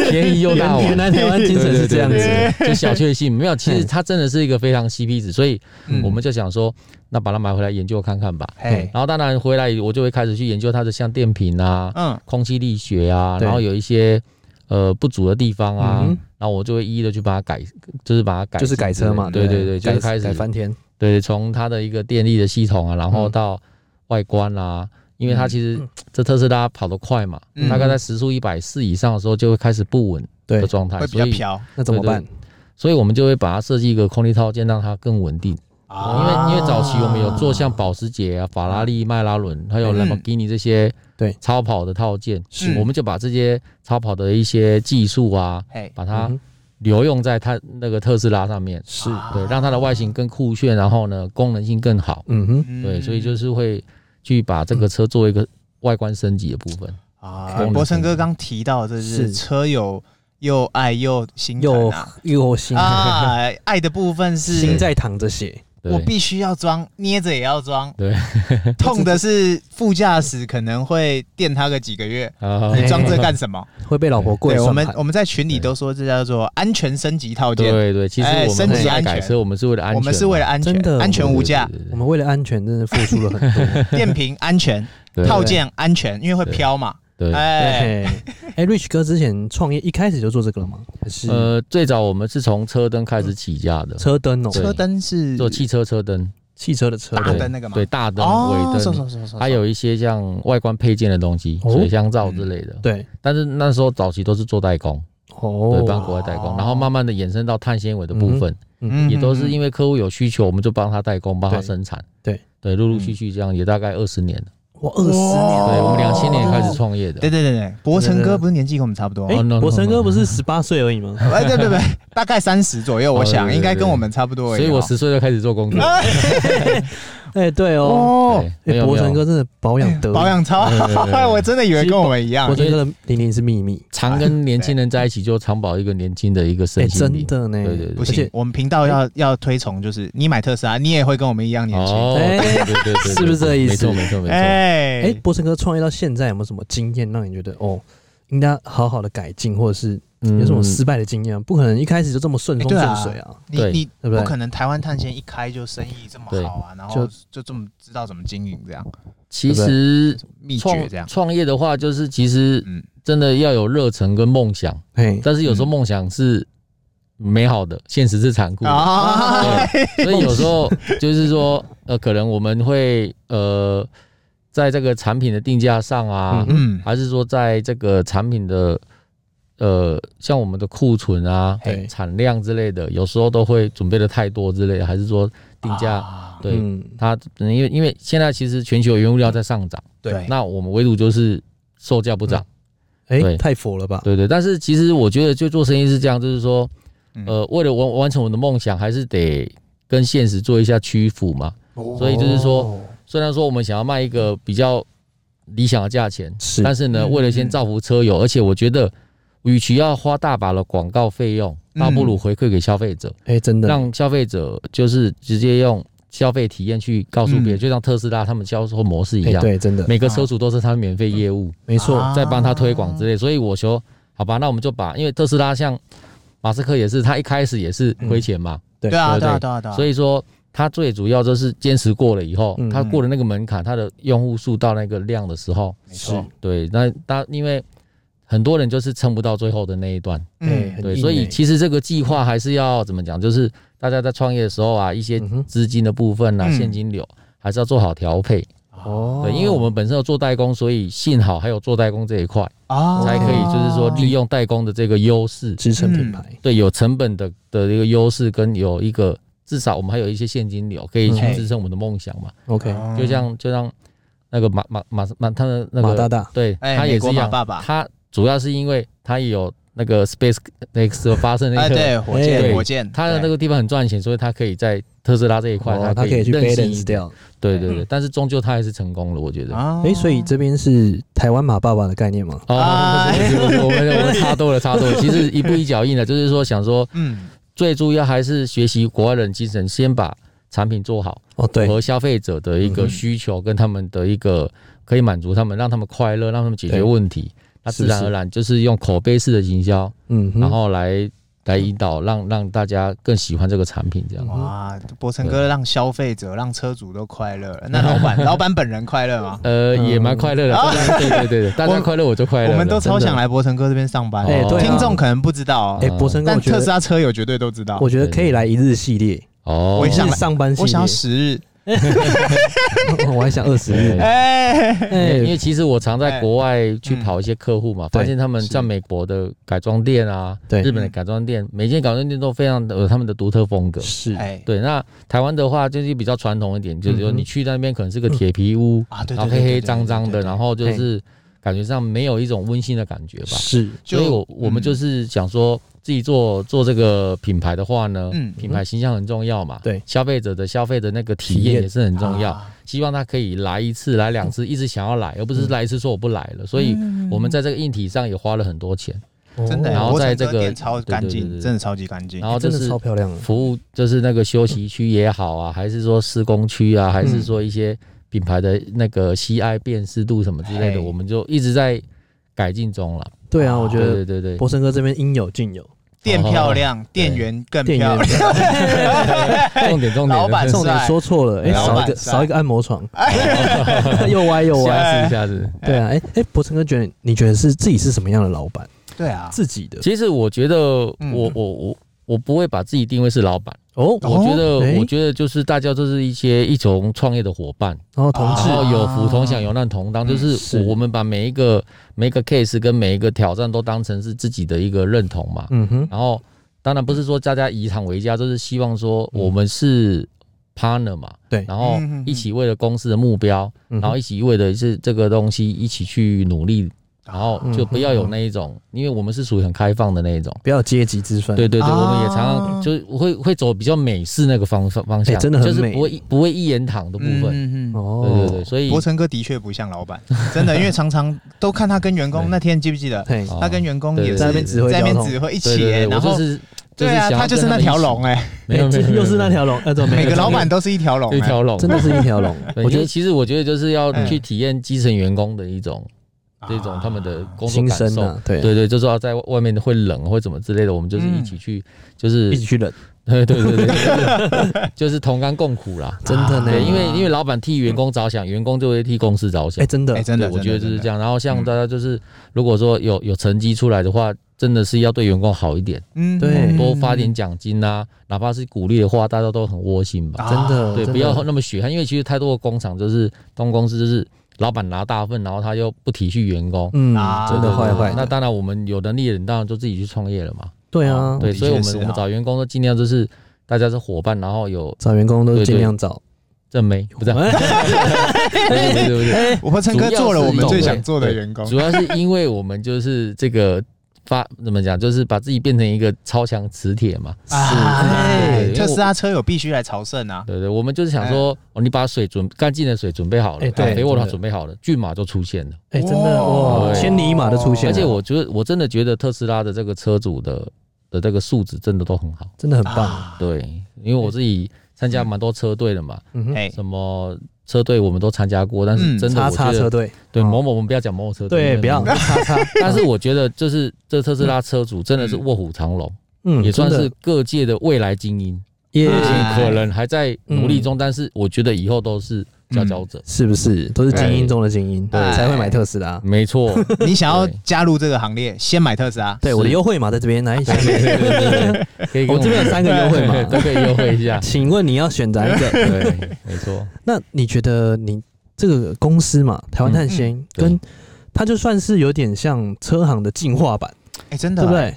Speaker 3: 便宜又大
Speaker 1: 原
Speaker 3: 碗
Speaker 1: 原。来台湾精神是这样子
Speaker 3: 对
Speaker 1: 的，
Speaker 3: 对对就小确幸。没有，其实它真的是一个非常 CP 值，所以
Speaker 2: 嗯
Speaker 3: 我们就想说，那把它买回来研究看看吧。
Speaker 2: 嘿，
Speaker 3: 然后当然回来我就会开始去研究它的像电瓶啊、
Speaker 2: 嗯，
Speaker 3: 空气力学啊，
Speaker 1: 对
Speaker 3: 然后有一些呃不足的地方啊，
Speaker 1: 嗯哼
Speaker 3: 然后我就会一一的去把它改，就是把它改，
Speaker 1: 就是改车嘛，
Speaker 3: 哎对对对，就是
Speaker 1: 改
Speaker 3: 开
Speaker 1: 改
Speaker 3: 始
Speaker 1: 翻天，
Speaker 3: 对，从它的一个电力的系统啊，然后
Speaker 1: 嗯
Speaker 3: 到外观啊，因为它其实、这特斯拉跑得快嘛，
Speaker 2: 嗯
Speaker 3: 大概在时速一百四以上的时候就会开始不稳
Speaker 1: 对
Speaker 3: 的，状态，
Speaker 2: 会比较
Speaker 3: 所以
Speaker 2: 飘
Speaker 1: 那怎么办？
Speaker 3: 所以我们就会把它设计一个空力套件，让它更稳定。哦
Speaker 2: 啊
Speaker 3: 因为因为早期我们有做像保时捷啊、法拉利、迈拉伦，还有
Speaker 2: 嗯
Speaker 3: 兰博基尼这些
Speaker 1: 对
Speaker 3: 超跑的套件，
Speaker 2: 是
Speaker 3: 我们就把这些超跑的一些技术啊，
Speaker 2: 嘿，
Speaker 3: 把它
Speaker 1: 嗯哼
Speaker 3: 留用在它那个特斯拉上面，
Speaker 1: 是，
Speaker 2: 啊
Speaker 3: 对，让它的外形更酷炫，然后呢功能性更好，
Speaker 1: 嗯哼，
Speaker 2: 嗯
Speaker 3: 对，所以就是会去把这个车做一个外观升级的部分。
Speaker 2: 啊
Speaker 3: 可以，
Speaker 2: 博成哥刚提到的是
Speaker 1: 是
Speaker 2: 车友又爱又心疼
Speaker 1: 又
Speaker 2: 啊
Speaker 1: 又心
Speaker 2: 啊， 爱的部分是
Speaker 1: 心在淌着血，
Speaker 3: 对
Speaker 2: 我必须要装，捏着也要装。
Speaker 3: 对，
Speaker 2: 痛的是副驾驶可能会电他个几个月。
Speaker 3: 啊
Speaker 2: 你装这干什么？
Speaker 1: 会被老婆跪
Speaker 2: 对，我
Speaker 1: 算
Speaker 2: 们
Speaker 1: 盘
Speaker 2: 我们在群里
Speaker 3: 对
Speaker 2: 都说这叫做安全升级套件，
Speaker 3: 对对，其实
Speaker 2: 哎
Speaker 3: 我
Speaker 2: 升
Speaker 3: 们
Speaker 2: 级
Speaker 3: 会来
Speaker 2: 安全
Speaker 3: 改车，我们是为了安全嘛，啊
Speaker 2: 我们是为了安全
Speaker 1: 真，的
Speaker 2: 安全无价，
Speaker 3: 对。对对
Speaker 1: 我们为了安全真的付出了很多。
Speaker 2: 电瓶安全，
Speaker 3: 对
Speaker 2: 套件安全，因为会
Speaker 3: 对
Speaker 2: 飘嘛。
Speaker 3: 对，
Speaker 2: 哎，
Speaker 1: 哎哎，Rich 哥之前创业一开始就做这个了吗？还是
Speaker 3: 呃，最早我们是从车灯开始起家的，
Speaker 1: 车灯哦，
Speaker 3: 对
Speaker 2: 车灯是
Speaker 3: 做汽车车灯，
Speaker 1: 汽车的车
Speaker 2: 大
Speaker 1: 灯
Speaker 2: 灯那个吗？
Speaker 3: 对，大灯、
Speaker 2: 哦，
Speaker 3: 尾
Speaker 2: 是
Speaker 3: 灯，
Speaker 2: 是是是
Speaker 3: 还有一些像外观配件的东西，
Speaker 1: 哦
Speaker 3: 水箱罩之类的。
Speaker 1: 对
Speaker 3: 但是那时候早期都是做代工，对，帮
Speaker 1: 哦，
Speaker 3: 国外代工，然后慢慢的衍生到碳纤维的部分，
Speaker 2: 嗯
Speaker 3: 也都是因
Speaker 2: 为
Speaker 3: 为客户有需求，我们就帮他代工，帮他
Speaker 1: 对
Speaker 3: 生产。
Speaker 1: 对
Speaker 3: 对，陆陆续续这样也大概二十年了。
Speaker 1: 哇，二十年
Speaker 3: 对，
Speaker 1: 了，
Speaker 3: 我们两千年开始创业的。
Speaker 2: 对对对对，博成哥不是年纪跟我们差不多吗？
Speaker 3: 哦
Speaker 1: 哎，
Speaker 3: no，no，
Speaker 1: 博成
Speaker 3: no，
Speaker 1: 哥
Speaker 3: no
Speaker 1: 不是十八岁而已 吗？
Speaker 2: 哎，对对对，大概三十左右，我
Speaker 3: 哦
Speaker 2: 想
Speaker 3: 对对
Speaker 2: 应该
Speaker 3: 对
Speaker 2: 跟我们差不多而已
Speaker 3: 所
Speaker 2: 哦。
Speaker 3: 以我十岁就开始做工作。
Speaker 1: 哎，对哦，
Speaker 2: 哦哎
Speaker 3: 对，没
Speaker 1: 哎
Speaker 3: 有
Speaker 1: 博
Speaker 3: 没有
Speaker 1: 成哥真的保养得力
Speaker 2: 保养超
Speaker 3: 对对 对对
Speaker 2: 好，我真的以为跟我们一样
Speaker 1: 博。成哥的年龄是秘密，
Speaker 3: 常跟年轻人在一起，就常保一个年轻的一个
Speaker 1: 哎，
Speaker 3: 身心
Speaker 1: 真
Speaker 3: 灵。
Speaker 1: 的呢，
Speaker 3: 对对对
Speaker 2: 不
Speaker 1: 而且
Speaker 2: 行，我们频道要要推崇，就是你买特斯拉，你也会跟我们一样年轻。
Speaker 3: 哎哦，
Speaker 1: 哎
Speaker 3: 对对对对对，
Speaker 1: 是不是这意思
Speaker 3: 没错没错没错。
Speaker 1: 哎
Speaker 2: 哎，，
Speaker 1: 博成哥创业到现在有没有什么经验让你觉得哦，应该好好的改进，或者是
Speaker 3: 嗯
Speaker 1: 有什么失败的经验啊？不可能一开始就这么顺风
Speaker 2: 哎对
Speaker 1: 顺
Speaker 2: 啊
Speaker 1: 水啊，
Speaker 2: 你
Speaker 3: 对
Speaker 2: 你
Speaker 1: 对不对
Speaker 2: 不可能台湾探险一开就生意这么好啊，然后
Speaker 1: 就
Speaker 2: 就这么知道怎么经营这样
Speaker 3: 其实
Speaker 2: 秘诀这
Speaker 3: 创
Speaker 2: 样。
Speaker 3: 创业的话，就是其实
Speaker 2: 嗯，
Speaker 3: 真的要有热忱跟梦想，
Speaker 1: 嘿，
Speaker 3: 但是有时候梦想是美好的，现实是残酷
Speaker 1: 哦
Speaker 3: 的。
Speaker 2: 啊，
Speaker 3: 对，所以有时候就是说，呃，可能我们会呃，在这个产品的定价上啊，
Speaker 2: 嗯，
Speaker 3: 还是说在这个产品的呃，像我们的库存啊
Speaker 1: 对、
Speaker 3: 产量之类的，有时候都会准备的太多之类的，还是说定价、
Speaker 2: 啊
Speaker 3: 对、
Speaker 1: 嗯
Speaker 3: 它，嗯因为因为现在其实全球原物料在上涨，
Speaker 2: 对，嗯
Speaker 3: 那我们唯独就是售价不涨，
Speaker 1: 哎、
Speaker 3: 对
Speaker 1: 太佛了吧？
Speaker 3: 对对。但是其实我觉得，就做生意是这样，就是说，
Speaker 2: 嗯
Speaker 3: 呃，为了完完成我的梦想，还是得跟现实做一下屈服嘛。
Speaker 2: 哦
Speaker 3: 所以就是说，虽然说我们想要卖一个比较理想的价钱，
Speaker 1: 是
Speaker 3: 但是呢，
Speaker 2: 嗯
Speaker 3: 为了先造福车友，而且我觉得，与其要花大把的广告费用，
Speaker 2: 嗯
Speaker 3: 那不如回馈给消费者。
Speaker 1: 哎、真的，
Speaker 3: 让消费者就是直接用消费体验去告诉别人，
Speaker 2: 嗯
Speaker 3: 就像特斯拉他们销售模式一
Speaker 1: 哎、
Speaker 3: 样，
Speaker 1: 对，真的，
Speaker 3: 每个车主都是他们免费业务，
Speaker 1: 没错、
Speaker 2: 啊
Speaker 3: 在帮他推广之类。所以我说，好吧，那我们就把，因为特斯拉像马斯克也是，他一开始也是亏钱嘛，
Speaker 2: 对啊，对
Speaker 3: 对对
Speaker 2: 啊，对啊，对啊，
Speaker 3: 所以说。他最主要就是坚持过了以后，
Speaker 1: 嗯
Speaker 3: 他过了那个门槛，他的用户数到那个量的时候，
Speaker 2: 没错，
Speaker 3: 对，那他因为很多人就是撑不到最后的那一段，
Speaker 1: 哎、
Speaker 2: 嗯，
Speaker 1: 很
Speaker 3: 对，
Speaker 1: 硬
Speaker 3: 所以
Speaker 1: 哎
Speaker 3: 其实这个计划还是要怎么讲，就是大家在创业的时候啊，一些
Speaker 1: 嗯哼
Speaker 3: 资金的部分啊，
Speaker 2: 嗯
Speaker 3: 现金流还是要做好调配。
Speaker 1: 哦，
Speaker 3: 啊对，因为我们本身有做代工，所以幸好还有做代工这一块，
Speaker 1: 哦
Speaker 2: 啊
Speaker 3: 才可以就是说利用代工的这个优势，
Speaker 1: 支撑
Speaker 2: 嗯
Speaker 1: 品牌，
Speaker 3: 对，有成本的的一个优势，跟有一个至少我们还有一些现金流可以去
Speaker 1: 嗯
Speaker 3: 支撑我们的梦想嘛。
Speaker 1: OK，
Speaker 2: 哦
Speaker 3: 就像就像那个马马马马他的那
Speaker 1: 马
Speaker 3: 个
Speaker 1: 大大，
Speaker 3: 对，
Speaker 2: 哎
Speaker 3: 他也
Speaker 2: 美
Speaker 3: 是
Speaker 2: 国
Speaker 3: 一
Speaker 2: 马
Speaker 3: 样，
Speaker 2: 爸爸
Speaker 3: 他主要是因为他也有那个 SpaceX 发生
Speaker 2: 哎
Speaker 3: 那个，
Speaker 2: 对火箭
Speaker 3: 对
Speaker 2: 火箭，
Speaker 3: 他的那
Speaker 2: 对
Speaker 3: 个地方很赚钱，所以他可以在特斯拉这一块，
Speaker 1: 哦它
Speaker 3: 可
Speaker 1: 可以去
Speaker 3: 任性一
Speaker 1: balance
Speaker 3: 点。
Speaker 1: 掉。
Speaker 3: 对对
Speaker 2: 嗯
Speaker 3: 对，但是终究他还是成功了，我觉得。
Speaker 2: 啊
Speaker 1: 哎，所以这边是台湾马爸爸的概念吗？
Speaker 3: 哦，
Speaker 2: 啊
Speaker 1: 哎
Speaker 3: 不是不是不是，我们我们插多了插多 了。其实一步一脚印的，就是说想说
Speaker 2: 嗯
Speaker 3: 最主要还是学习国外人的精神，先把产品做好，
Speaker 1: 哦，对，
Speaker 3: 和消费者的一
Speaker 1: 嗯
Speaker 3: 个
Speaker 1: 哼
Speaker 3: 需求跟他们的一个可以满足他们，让他们快乐，让他们解决
Speaker 1: 对
Speaker 3: 问题。那
Speaker 1: 是
Speaker 3: 自然
Speaker 1: 是
Speaker 3: 而然就是用口碑式的营销，
Speaker 1: 嗯哼，
Speaker 3: 然后来来引导，让让大家更喜欢这个产品，这样。
Speaker 2: 哇，博成哥让消费者让车主都快乐了，那 老板老板本人快乐吗？
Speaker 3: 呃，
Speaker 1: 嗯
Speaker 3: 也蛮快乐的，对对对 对，大家快乐我就快乐
Speaker 2: 嗯
Speaker 3: 了，
Speaker 2: 我们都超
Speaker 3: 真的哦
Speaker 2: 想。来博成哥这边上班，
Speaker 1: 哎对啊
Speaker 2: 听众可能不知道
Speaker 1: 哎，，
Speaker 3: 嗯
Speaker 1: 博成哥，
Speaker 2: 但
Speaker 1: 我觉
Speaker 2: 特斯
Speaker 1: 得
Speaker 2: 拉车友绝对都知道。
Speaker 1: 我觉得可以来一日系列，
Speaker 3: 哦，
Speaker 2: 我
Speaker 1: 一
Speaker 2: 也想
Speaker 1: 日
Speaker 2: 来
Speaker 1: 上班系
Speaker 2: 我想要
Speaker 1: 列，
Speaker 2: 十日，
Speaker 1: 我还想二十日
Speaker 3: 对，
Speaker 2: 哎，
Speaker 3: 因为因
Speaker 1: 哎，
Speaker 3: 为其实我常在国外去跑一些客户嘛，
Speaker 1: 对
Speaker 3: 发现他
Speaker 2: 嗯
Speaker 3: 们在美国的改装店啊，
Speaker 1: 对
Speaker 3: 日本的改装店，每间改装店都非常的有他们的独特风格。
Speaker 1: 是，
Speaker 2: 哎
Speaker 3: 对，那台湾的话就是比较传统一点，就是说
Speaker 1: 嗯哼
Speaker 3: 你去那边可能是个铁皮屋，
Speaker 2: 啊，对
Speaker 3: 然
Speaker 2: 对
Speaker 3: 后
Speaker 2: 对，
Speaker 3: 黑
Speaker 2: 对
Speaker 3: 黑脏脏的，然后就
Speaker 1: 嘿
Speaker 3: 是感觉上没有一种温馨的感觉吧。
Speaker 1: 是，
Speaker 2: 就
Speaker 3: 所以我我们
Speaker 2: 嗯
Speaker 3: 就是想说，自己做做这个品牌的话呢，
Speaker 2: 嗯
Speaker 3: 品牌形象很重要嘛，
Speaker 1: 对
Speaker 3: 消费者的消费的那个体
Speaker 1: 体验嗯
Speaker 3: 验也是很重要，
Speaker 2: 啊
Speaker 3: 希望他可以来一次、来两次，一直想要来，而不是来一次说我不来了。所以我们在这个硬体上也花了很多钱，
Speaker 2: 嗯真的，哎
Speaker 3: 然后
Speaker 2: 博成
Speaker 3: 在这
Speaker 2: 哥
Speaker 3: 个
Speaker 2: 店超干
Speaker 3: 对对对
Speaker 2: 净，
Speaker 3: 对
Speaker 2: 真的超级干净
Speaker 3: 然。后
Speaker 1: 哦
Speaker 3: 就
Speaker 1: 哎真的
Speaker 3: 是
Speaker 1: 超漂亮的，
Speaker 3: 服务，就是那个休息区也好啊，还是说施工区啊，还
Speaker 1: 嗯
Speaker 3: 是说一些品牌的那个 CI 辨识度什么之类
Speaker 2: 嘿
Speaker 3: 的，我们就一直在改进中了。
Speaker 1: 对啊，我觉
Speaker 3: 对
Speaker 1: 得
Speaker 3: 对对对，
Speaker 1: 博成哥这边应有尽有，
Speaker 2: 店漂
Speaker 3: 哦
Speaker 2: 亮，店员更
Speaker 1: 店员
Speaker 2: 漂亮。
Speaker 3: 重点重点，
Speaker 2: 老板
Speaker 1: 重点说错了，哎，
Speaker 2: 老
Speaker 1: 少
Speaker 2: 板
Speaker 1: 一个
Speaker 2: 帅哎
Speaker 1: 少一个按摩 床， 又歪 又歪，
Speaker 3: 下次下次。
Speaker 1: 对啊，哎哎，博成哥觉得你觉得是自己是什么样的老板？
Speaker 2: 对啊，
Speaker 1: 自己的
Speaker 3: 其实我觉得我、
Speaker 2: 嗯
Speaker 3: 我我我不会把自己定位是老板，
Speaker 1: 哦，
Speaker 3: 我觉得、
Speaker 1: 诶
Speaker 3: 我觉得就是大家都是一些一同创业的伙伴，
Speaker 1: 然后哦同
Speaker 3: 然
Speaker 1: 志
Speaker 2: 啊
Speaker 3: 后有福同享，有难同当，
Speaker 2: 嗯
Speaker 3: 就是
Speaker 1: 是
Speaker 3: 我我们把每一个每一个 case 跟每一个挑战都当成是自己的一个认同嘛。
Speaker 1: 嗯哼，
Speaker 3: 然后当然不是说大家以厂为家，就是希望说我们是 partner 嘛，
Speaker 1: 嗯对嗯
Speaker 3: 然后
Speaker 2: 嗯嗯嗯
Speaker 3: 一起为了公司的目标，
Speaker 1: 然
Speaker 3: 然后一起为了是这个东西一起去努力，
Speaker 1: 啊
Speaker 3: 然后
Speaker 2: 嗯
Speaker 3: 就不要有那一
Speaker 1: 嗯
Speaker 3: 种，因为我们是属于很开放的那一种。
Speaker 1: 不要有阶级之分，
Speaker 3: 对对对，
Speaker 2: 啊
Speaker 3: 我们也常常就是会会走比较美式那个方方方
Speaker 1: 哎
Speaker 3: 向，
Speaker 1: 真的很
Speaker 3: 就是
Speaker 1: 美
Speaker 3: 不会一不会一言堂的部分。
Speaker 2: 嗯嗯嗯
Speaker 1: 哦，
Speaker 3: 对对对，所以
Speaker 2: 博成哥的确不像老板，真的，因为常常都看他跟员工
Speaker 3: 对
Speaker 2: 那天记不记得，
Speaker 1: 嘿，
Speaker 3: 哦
Speaker 2: 他跟员工也是
Speaker 1: 在那
Speaker 3: 对
Speaker 1: 边指挥
Speaker 2: 在
Speaker 1: 交
Speaker 2: 那边
Speaker 1: 通，
Speaker 2: 指挥一
Speaker 3: 对
Speaker 2: 起欸，
Speaker 3: 对对，
Speaker 2: 然
Speaker 3: 我
Speaker 2: 后
Speaker 3: 就是
Speaker 2: 对啊，
Speaker 3: 想要
Speaker 2: 他就是
Speaker 3: 跟
Speaker 2: 那
Speaker 3: 们一起
Speaker 2: 条龙哎，
Speaker 3: 没有
Speaker 1: 哎
Speaker 3: 没有
Speaker 1: 今
Speaker 3: 没
Speaker 1: 天
Speaker 3: 有
Speaker 1: 又是那条龙，那呃种
Speaker 2: 每个老板都是一条龙
Speaker 3: 一
Speaker 2: 哎，
Speaker 3: 条龙，
Speaker 1: 真的是一条龙，
Speaker 3: 对。
Speaker 1: 我
Speaker 3: 我
Speaker 1: 觉
Speaker 3: 觉
Speaker 1: 得
Speaker 3: 得其实我觉得就是要
Speaker 2: 嗯
Speaker 3: 去体验基层员工的一种
Speaker 2: 哎
Speaker 3: 这种他们的工作
Speaker 1: 哎新
Speaker 3: 感
Speaker 1: 生
Speaker 3: 受。
Speaker 1: 啊，对，嗯
Speaker 3: 对对，就是要在外面会冷或怎么之类的，我们就是一起去，就是
Speaker 1: 一起去忍，
Speaker 3: 对对对对对，就是就是同甘共苦 啦。
Speaker 1: 真的呢，
Speaker 3: 对，因为
Speaker 2: 啊
Speaker 3: 因为老板替员工着想，员工就会替公司着想
Speaker 1: 哎，。真的
Speaker 2: 哎，真的，
Speaker 3: 对我觉得就是这
Speaker 2: 样，
Speaker 3: 样。然后像
Speaker 2: 嗯
Speaker 3: 大家就是，如果说有有成绩出来的话，真的是要对员工好一点，
Speaker 2: 嗯
Speaker 1: 对
Speaker 3: 多 发点奖金呐、哪怕是鼓励的话，大家都很窝心吧。
Speaker 2: 啊
Speaker 1: 真的，
Speaker 3: 对，
Speaker 1: 真的
Speaker 3: 不要那么血汗，因为其实太多的工厂就是东公司就是老板拿大份，然后他又不体恤员工。
Speaker 1: 嗯
Speaker 2: 啊，
Speaker 1: 真
Speaker 3: 对
Speaker 1: 的
Speaker 3: 对
Speaker 1: 坏
Speaker 3: 对
Speaker 1: 坏
Speaker 3: 那
Speaker 1: 的，
Speaker 3: 当然，我们有能力的人当然就自己去创业了嘛。
Speaker 1: 对啊，
Speaker 3: 对，
Speaker 2: 的
Speaker 3: 所以我
Speaker 2: 确
Speaker 3: 们
Speaker 2: 是
Speaker 3: 我
Speaker 2: 啊
Speaker 3: 们找员工都尽量就是大家是伙伴，然后有
Speaker 1: 找员工都
Speaker 3: 对对
Speaker 1: 尽量找，
Speaker 3: 正妹，不是啊？
Speaker 1: 哎
Speaker 3: 对对对对对。
Speaker 2: 我成哥做了我们最想做的
Speaker 1: 哦
Speaker 2: 员工，
Speaker 3: 主要是因为我们就是这个发怎么讲，就是把自己变成一个超强磁铁嘛。
Speaker 2: 哎
Speaker 3: 对因为
Speaker 2: 特
Speaker 3: 我
Speaker 2: 斯拉车友必须来朝圣啊，
Speaker 3: 对对，我们就是想说，哦，你把水准干净的水准备好了，
Speaker 1: 哎对
Speaker 3: 啊肥沃
Speaker 1: 真
Speaker 3: 的
Speaker 1: 的
Speaker 3: 准备好了，骏马就出现了。
Speaker 1: 哎，真的哇，
Speaker 3: 哇
Speaker 1: 千里马都出现啊
Speaker 3: 而
Speaker 1: 了，
Speaker 3: 且我觉得我真的觉得特斯拉的这个车主的的这个素质真的都很好。
Speaker 1: 真的很棒，
Speaker 2: 啊，
Speaker 3: 对，因为我自己参加蛮多车队的嘛，
Speaker 1: 嗯哼，
Speaker 2: 哎，
Speaker 3: 什么车队我们都参加过，但是
Speaker 2: 嗯
Speaker 3: 真的
Speaker 1: 叉
Speaker 3: 我觉
Speaker 1: 叉车
Speaker 3: 得
Speaker 1: 队，
Speaker 3: 对某某我们不要讲某某车队，
Speaker 1: 对，不要
Speaker 3: 对对对
Speaker 1: 叉叉，
Speaker 3: 但是我觉得就是这特斯拉车主真的是卧虎藏龙。
Speaker 1: 嗯，
Speaker 3: 也算
Speaker 1: 真
Speaker 3: 是
Speaker 1: 的嗯
Speaker 3: 各界的未来精英，
Speaker 1: 也
Speaker 3: 也
Speaker 1: 嗯
Speaker 2: 哎
Speaker 3: 可能还在努力中，但是我觉得以后都是佼佼者，
Speaker 1: 是不是都是精英中的精英，对，
Speaker 2: 哎
Speaker 1: 才会买特斯拉。
Speaker 3: 没 错。
Speaker 2: 你想要
Speaker 3: 对
Speaker 2: 加入这个行列，先买特斯拉。
Speaker 1: 对，我的优惠码在这边，来， 下面
Speaker 3: 可以
Speaker 1: 我
Speaker 3: 跟
Speaker 1: 们这边有三个优惠
Speaker 3: 对
Speaker 1: 码，。
Speaker 3: 都可以优惠一 下
Speaker 1: 请问你要选哪一个？
Speaker 3: 对，没错，
Speaker 1: 那你觉得你这个公司嘛，台湾碳纤
Speaker 3: 对
Speaker 1: 跟它就算是有点像车行的进化版，
Speaker 2: 哎，真的，
Speaker 1: 对不？对？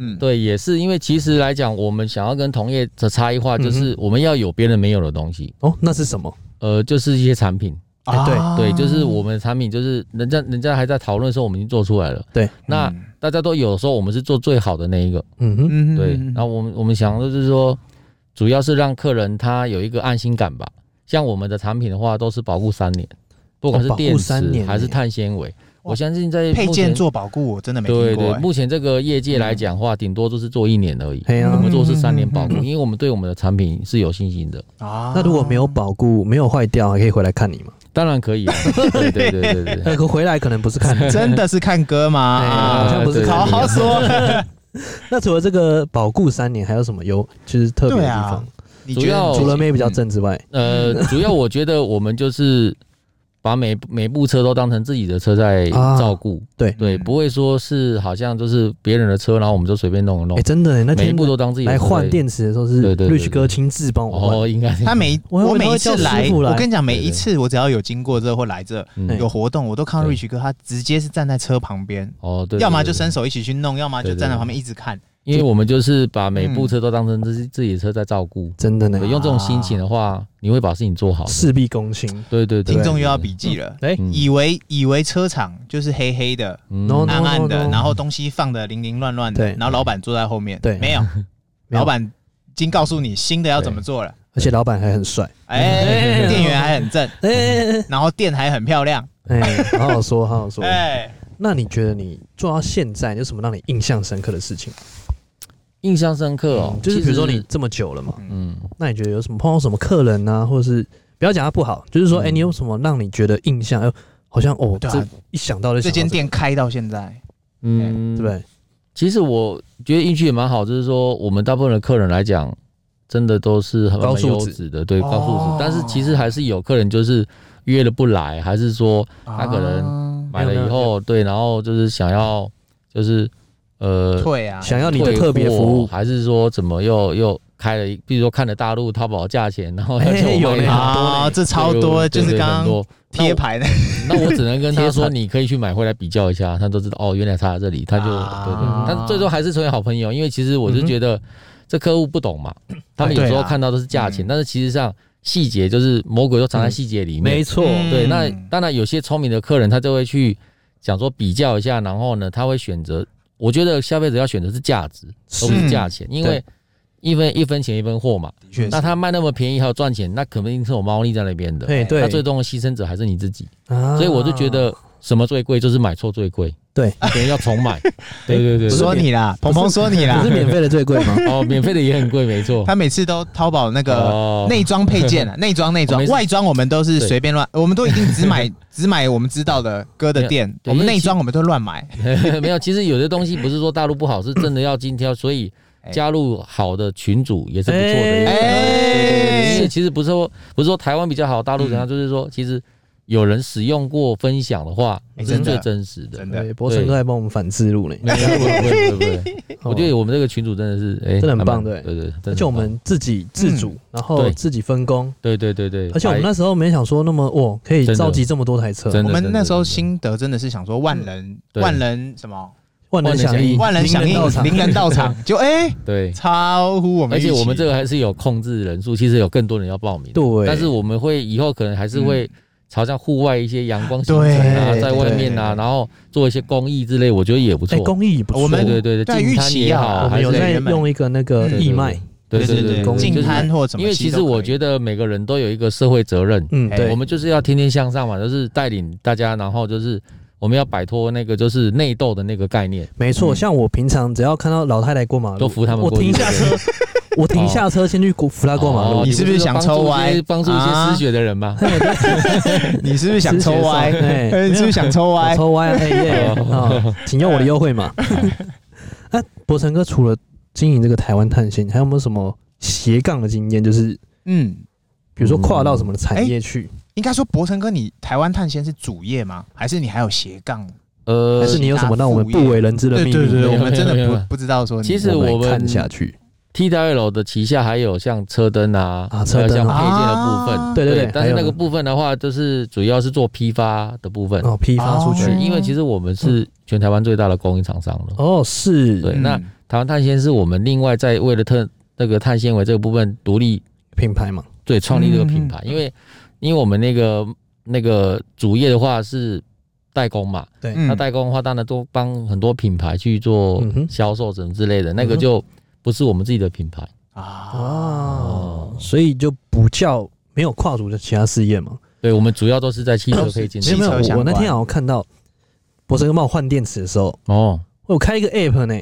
Speaker 2: 嗯，
Speaker 3: 对，也是因为其实来讲，我们想要跟同业的差异化，
Speaker 1: 嗯
Speaker 3: 就是我们要有别人没有的东西，
Speaker 1: 哦，那是什么？
Speaker 3: 呃，就是一些产品。
Speaker 1: 哎对
Speaker 2: 啊
Speaker 3: 对，就是我们的产品，就是人家人家还在讨论的时候，我们已经做出来了。
Speaker 1: 对，
Speaker 3: 那
Speaker 2: 嗯
Speaker 3: 大家都有时候我们是做最好的那一个。
Speaker 1: 嗯哼，
Speaker 2: 嗯
Speaker 3: 对，然后我们我们想的就是说，主要是让客人他有一个安心感吧。像我们的产品的话，都是保护三年，不管
Speaker 1: 哦
Speaker 3: 是
Speaker 1: 保护
Speaker 3: 电
Speaker 1: 三
Speaker 3: 池
Speaker 1: 年
Speaker 3: 还是
Speaker 1: 耶
Speaker 3: 碳纤维，
Speaker 2: 哇
Speaker 3: 我相信在
Speaker 2: 配
Speaker 3: 目
Speaker 2: 件
Speaker 3: 前
Speaker 2: 做保固，我真的没
Speaker 3: 对
Speaker 2: 听过。
Speaker 3: 对，
Speaker 2: 哎嗯
Speaker 3: 目前这个业界来讲的话，顶多就是做一年而已。
Speaker 1: 嘿
Speaker 3: 我
Speaker 1: 呀
Speaker 3: 们。做是三年
Speaker 2: 嗯
Speaker 3: 保
Speaker 2: 嗯
Speaker 3: 护，
Speaker 2: 嗯嗯
Speaker 3: 因为我们对我们的产品是有信心的。
Speaker 2: 啊。
Speaker 1: 那如果没有保固，没有坏掉，还可以回来看你嘛？
Speaker 3: 当然可以啊，对对对对对
Speaker 1: 那
Speaker 3: 对。
Speaker 1: 可回来可能不是看你
Speaker 2: 真的是看歌吗？
Speaker 1: 哎
Speaker 2: 啊
Speaker 1: 好像不是
Speaker 3: 对
Speaker 2: 好好说，
Speaker 1: 那除了这个保固三年，还有什么优就是特别的
Speaker 2: 啊
Speaker 1: 地方？
Speaker 2: 你
Speaker 3: 主
Speaker 2: 觉得
Speaker 3: 要
Speaker 2: 你
Speaker 1: 除了妹比较
Speaker 2: 嗯
Speaker 1: 正之外，
Speaker 3: 呃，主要我觉得我们就是把每每部车都当成自己的车在
Speaker 1: 啊
Speaker 3: 照顾，
Speaker 1: 对
Speaker 3: 对，
Speaker 2: 嗯
Speaker 3: 不会说是好像就是别人的车，然后我们就随便弄一弄
Speaker 1: 哎，，真的耶，那
Speaker 3: 哦每一
Speaker 1: 天
Speaker 3: 部都当自己的
Speaker 1: 来
Speaker 3: 车在
Speaker 1: 换。电池的时候
Speaker 3: 对
Speaker 1: 是
Speaker 3: 对对
Speaker 1: Rich 哥亲自帮我换。
Speaker 3: 哦，应该是
Speaker 2: 他每
Speaker 1: 我
Speaker 2: 我
Speaker 1: 以为
Speaker 2: 每
Speaker 1: 他
Speaker 2: 一
Speaker 1: 会
Speaker 2: 次
Speaker 1: 叫
Speaker 2: 来，
Speaker 1: 师傅来
Speaker 2: 我跟你讲，每一
Speaker 3: 对对
Speaker 2: 次我只要有经过这或来这
Speaker 3: 嗯
Speaker 2: 有活动，我都看到
Speaker 3: 对
Speaker 2: Rich 哥他直接是站在车旁边，
Speaker 3: 哦，对，对
Speaker 2: 要么就，
Speaker 3: 对
Speaker 2: 伸手一起去弄，要么就
Speaker 3: 对对
Speaker 2: 站在
Speaker 3: 对
Speaker 2: 旁边一直看。
Speaker 3: 对因为我们就是把每
Speaker 1: 嗯
Speaker 3: 部车都当成自己自己的车在照顾，
Speaker 1: 真的呢
Speaker 3: 对，，用这种心情的话，你会把事情做好的。
Speaker 1: 事必躬亲。
Speaker 3: 对对对，
Speaker 2: 听众又要笔记了，
Speaker 1: 哎，
Speaker 3: 嗯
Speaker 2: 以为以为车厂就是黑黑的、
Speaker 3: 嗯
Speaker 1: No, no,
Speaker 2: 暗暗的，
Speaker 1: no
Speaker 2: 然后东西放的零零乱乱的
Speaker 1: 对，
Speaker 2: 然后老板坐在后面，
Speaker 1: 对
Speaker 2: 没 有，
Speaker 1: 没有
Speaker 2: 老板已经告诉你新的要怎么做了，
Speaker 1: 而且老板还很帅。
Speaker 2: 哎，店员还很正，
Speaker 3: 嗯
Speaker 1: 哎
Speaker 2: 然后店还很漂亮，
Speaker 1: 哎，好好说，好好说。
Speaker 2: 哎，
Speaker 1: 那你觉得你做到现在有什么让你印象深刻的事情？
Speaker 3: 印象深刻哦，
Speaker 1: 嗯就是
Speaker 3: 其
Speaker 1: 比
Speaker 3: 实
Speaker 1: 如说你哎这么久了嘛，
Speaker 3: 嗯，
Speaker 1: 那你觉得有什么碰到什么客人啊，或者是不要讲他不好，就是说，哎、
Speaker 3: 嗯
Speaker 1: 你有什么让你觉得印象？哎呦，好像哦，
Speaker 2: 对啊
Speaker 1: 这一想到就
Speaker 2: 这
Speaker 1: 想到
Speaker 2: 间
Speaker 1: 个，
Speaker 2: 店开到现在，
Speaker 3: 嗯，
Speaker 1: 对不？对？
Speaker 3: 其实我觉得运气也蛮好，就是说我们大部分的客人来讲，真的都是很
Speaker 1: 高
Speaker 3: 蛮
Speaker 1: 素
Speaker 3: 优
Speaker 1: 质
Speaker 3: 质的，对
Speaker 2: 哦
Speaker 3: 高素质。但是其实还是有客人就是约了不来，还是说他可
Speaker 2: 能
Speaker 3: 买了以后对，然后就是想要就是呃
Speaker 2: 退啊，
Speaker 1: 想要你的
Speaker 3: 退
Speaker 1: 特别服
Speaker 3: 货
Speaker 1: 务，
Speaker 3: 还是说怎么又又开了一，比如说看了大陆淘宝价钱，然后
Speaker 1: 哎
Speaker 3: 要求我
Speaker 1: 有
Speaker 3: 卖
Speaker 1: 嘞
Speaker 3: 他
Speaker 1: 很多
Speaker 2: 啊，
Speaker 1: 呢
Speaker 2: 这超
Speaker 3: 对
Speaker 2: 多，
Speaker 3: 对
Speaker 2: 就
Speaker 3: 对
Speaker 2: 是
Speaker 3: 很
Speaker 2: 刚刚
Speaker 3: 多
Speaker 2: 贴牌的，
Speaker 3: 那我只能跟 他
Speaker 1: 贴
Speaker 3: 说，
Speaker 1: 牌
Speaker 3: 你可以去买回来比较一下，他都知道哦，原来他在这里，他就
Speaker 2: 啊
Speaker 3: 对对对，但最终还是成为好朋友，因为其实我
Speaker 1: 嗯
Speaker 3: 是
Speaker 1: 哼哎
Speaker 3: 觉得这客户不懂嘛，他们有时
Speaker 2: 对
Speaker 3: 候
Speaker 2: 啊
Speaker 3: 看到都是价钱，
Speaker 2: 嗯
Speaker 3: 但是其实上细节就是魔鬼都
Speaker 1: 嗯
Speaker 3: 藏在细节里面。
Speaker 1: 错
Speaker 2: 嗯
Speaker 3: 对，那当然有些聪明的客人他就会去想说比较一下，然后呢，他会选择，我觉得消费者要选择是价值，而不是
Speaker 2: 是
Speaker 3: 价钱，因为一分一分钱一分货嘛。
Speaker 2: 的确
Speaker 3: 那他卖那么便宜还有赚钱，那肯定是有猫腻在那边的。
Speaker 1: 哎，对，
Speaker 3: 那最终的牺牲者还是你自己。
Speaker 1: 啊
Speaker 3: 所以我就觉 得什么最贵就是买错最贵，
Speaker 1: 对，
Speaker 3: 所以要 重买。对对对
Speaker 1: 不是
Speaker 2: 说你啦，鹏鹏说你啦
Speaker 1: 不 是，免费的最贵吗？
Speaker 3: 哦，免费的也很贵，没错。
Speaker 2: 他每次都淘宝那个
Speaker 3: 哦，
Speaker 2: 内装配件啊，内装内
Speaker 3: 我
Speaker 2: 装
Speaker 3: 没，事
Speaker 2: 外装我们都是
Speaker 3: 对
Speaker 2: 随便乱，我们都一定只买只买我们知道的哥的店，
Speaker 3: 对
Speaker 2: 我们
Speaker 3: 因为
Speaker 2: 内
Speaker 3: 其
Speaker 2: 装我们都乱买，
Speaker 3: 没有，其实有些东西不是说大陆不好，是真的要精挑，所以
Speaker 2: 哎
Speaker 3: 加入好的群组也是不错
Speaker 1: 哎
Speaker 3: 的。
Speaker 2: 哎
Speaker 3: 因为其实不是说不是说台湾比较好，大陆
Speaker 1: 嗯
Speaker 3: 怎样，就是说其实有人使用过分享的话，
Speaker 2: 哎
Speaker 3: 是
Speaker 2: 真的
Speaker 3: 最真实的
Speaker 2: 真。的
Speaker 1: 对，博成哥还帮我们反思路呢，
Speaker 3: 没有，不会不会不会，我觉得
Speaker 1: 哎哦，
Speaker 3: 我们这个群主真的是，哎，
Speaker 1: 真的很
Speaker 3: 还蛮
Speaker 1: 棒对
Speaker 3: 对对，真的
Speaker 1: 而且我
Speaker 3: 很棒
Speaker 1: 们自己自主，然后
Speaker 3: 对
Speaker 1: 自己分工，
Speaker 3: 对对对对，
Speaker 1: 而且我们
Speaker 3: 哎
Speaker 1: 那时候没想说那么哦，可以
Speaker 3: 真的
Speaker 1: 召集这么多台车，
Speaker 3: 真
Speaker 2: 我
Speaker 3: 的
Speaker 2: 们那时候心
Speaker 3: 真的真的
Speaker 2: 得真的是想说万人
Speaker 3: 对
Speaker 2: 万人什么
Speaker 1: 万人
Speaker 3: 万人
Speaker 1: 响
Speaker 3: 响
Speaker 1: 应，
Speaker 3: 应
Speaker 2: 万人响应
Speaker 1: 名到场，
Speaker 2: 零人到场，就哎
Speaker 3: 对，
Speaker 2: 超乎我们
Speaker 3: 而
Speaker 2: 预期，
Speaker 3: 且我们这个还是有控制人数，其实有更多人要报名。
Speaker 1: 对嗯
Speaker 3: 但是我们会以后可能还是会朝向户外一些阳光行程啊，
Speaker 1: 对
Speaker 3: 在外面
Speaker 2: 对
Speaker 3: 啊，
Speaker 2: 对对
Speaker 3: 然后做一些公益之类，我觉得也不
Speaker 1: 哎，
Speaker 3: 错。
Speaker 1: 公益也不错，
Speaker 2: 我们
Speaker 3: 对对
Speaker 2: 对
Speaker 3: 对对，进
Speaker 2: 预
Speaker 3: 摊
Speaker 2: 期
Speaker 3: 也
Speaker 2: 啊
Speaker 3: 好，
Speaker 1: 我们
Speaker 3: 还
Speaker 1: 有
Speaker 3: 是
Speaker 1: 在
Speaker 2: 原本
Speaker 1: 用一个那个
Speaker 3: 对
Speaker 1: 义卖，
Speaker 3: 对
Speaker 2: 对
Speaker 3: 对对
Speaker 2: 对，
Speaker 1: 公益
Speaker 2: 进
Speaker 3: 就是
Speaker 2: 摊或怎么，
Speaker 3: 因为其实我觉
Speaker 2: 得
Speaker 3: 得每个人都有一个社会责任，
Speaker 1: 嗯，
Speaker 2: 哎
Speaker 1: 对
Speaker 3: 我，们就是要天天向上嘛，就是带领大家，然后就是我们要摆脱那个就是内斗的那个概念。
Speaker 1: 没错。
Speaker 2: 嗯
Speaker 1: 像我平常只要看到老太太过马路，
Speaker 3: 都扶他们
Speaker 1: 我
Speaker 3: 过去
Speaker 1: 停下车， 我停下车先去扶扶她过马
Speaker 3: 哦
Speaker 1: 路
Speaker 2: 你，是不是想
Speaker 3: 帮助
Speaker 2: 抽
Speaker 3: 一些
Speaker 2: 歪
Speaker 3: 帮助一些
Speaker 2: 啊
Speaker 3: 失血的 人吗？
Speaker 2: 你是不是想
Speaker 1: 失血
Speaker 2: 抽
Speaker 1: 上
Speaker 2: 歪？
Speaker 1: 哎
Speaker 2: 哎你是不是想抽
Speaker 1: 我
Speaker 2: 歪？
Speaker 1: 抽歪了，哎耶
Speaker 3: 哦
Speaker 1: 啊！请用我的优惠 码。那博成哥除了经营这个台湾探险，还有没有什么斜杠的经验？就是
Speaker 2: 嗯，
Speaker 1: 比如说跨到什么产业去？
Speaker 2: 应该说博成哥，你台湾探险是主业吗？还是你还有斜杠？
Speaker 3: 呃
Speaker 1: 还，是你有什么让我们不为人知的
Speaker 2: 呃对
Speaker 1: 秘
Speaker 2: 对对，
Speaker 1: 密？
Speaker 2: 我们真
Speaker 3: 没有没有
Speaker 2: 的
Speaker 3: 没有
Speaker 2: 不不知道说你。
Speaker 3: 其实
Speaker 1: 们
Speaker 3: 我们
Speaker 1: 看下去，
Speaker 3: TWL 的旗下还有像车灯啊，
Speaker 1: 啊车灯
Speaker 3: 还有像
Speaker 1: 啊
Speaker 3: 配件的部分，
Speaker 2: 啊
Speaker 1: 对对对，
Speaker 3: 但
Speaker 1: 还
Speaker 3: 是
Speaker 1: 有
Speaker 3: 那个部分的话，就是主要是做批发的部分。
Speaker 1: 哦嗯批发出去
Speaker 3: 对，因为其实我们是全台湾最大的供应厂商了。
Speaker 1: 哦是
Speaker 3: 对
Speaker 2: 嗯
Speaker 3: 那台湾碳纤是我们另外在为了特那个碳纤维这个部分独立
Speaker 1: 品牌嘛，
Speaker 3: 对创立这个品
Speaker 2: 嗯
Speaker 3: 牌，因为因为我们那个那个主业的话是代工嘛，
Speaker 2: 嗯
Speaker 3: 那代工的话当然都帮很多品牌去做
Speaker 1: 嗯哼
Speaker 3: 销售什么之类的，那个
Speaker 1: 嗯哼
Speaker 3: 就不是我们自己的品牌。
Speaker 2: 啊
Speaker 1: 哦，所以就不叫没有跨足的其他事业嘛。
Speaker 3: 对，我们主要都是在汽车配件
Speaker 1: 没
Speaker 2: 汽
Speaker 1: 有
Speaker 3: 上
Speaker 1: 没
Speaker 2: 车
Speaker 1: 有，
Speaker 2: 相
Speaker 1: 我
Speaker 2: 关
Speaker 1: 那天好像看到博神哥帮我换电池的时候，
Speaker 3: 哦
Speaker 1: 我有开一个 app 呢，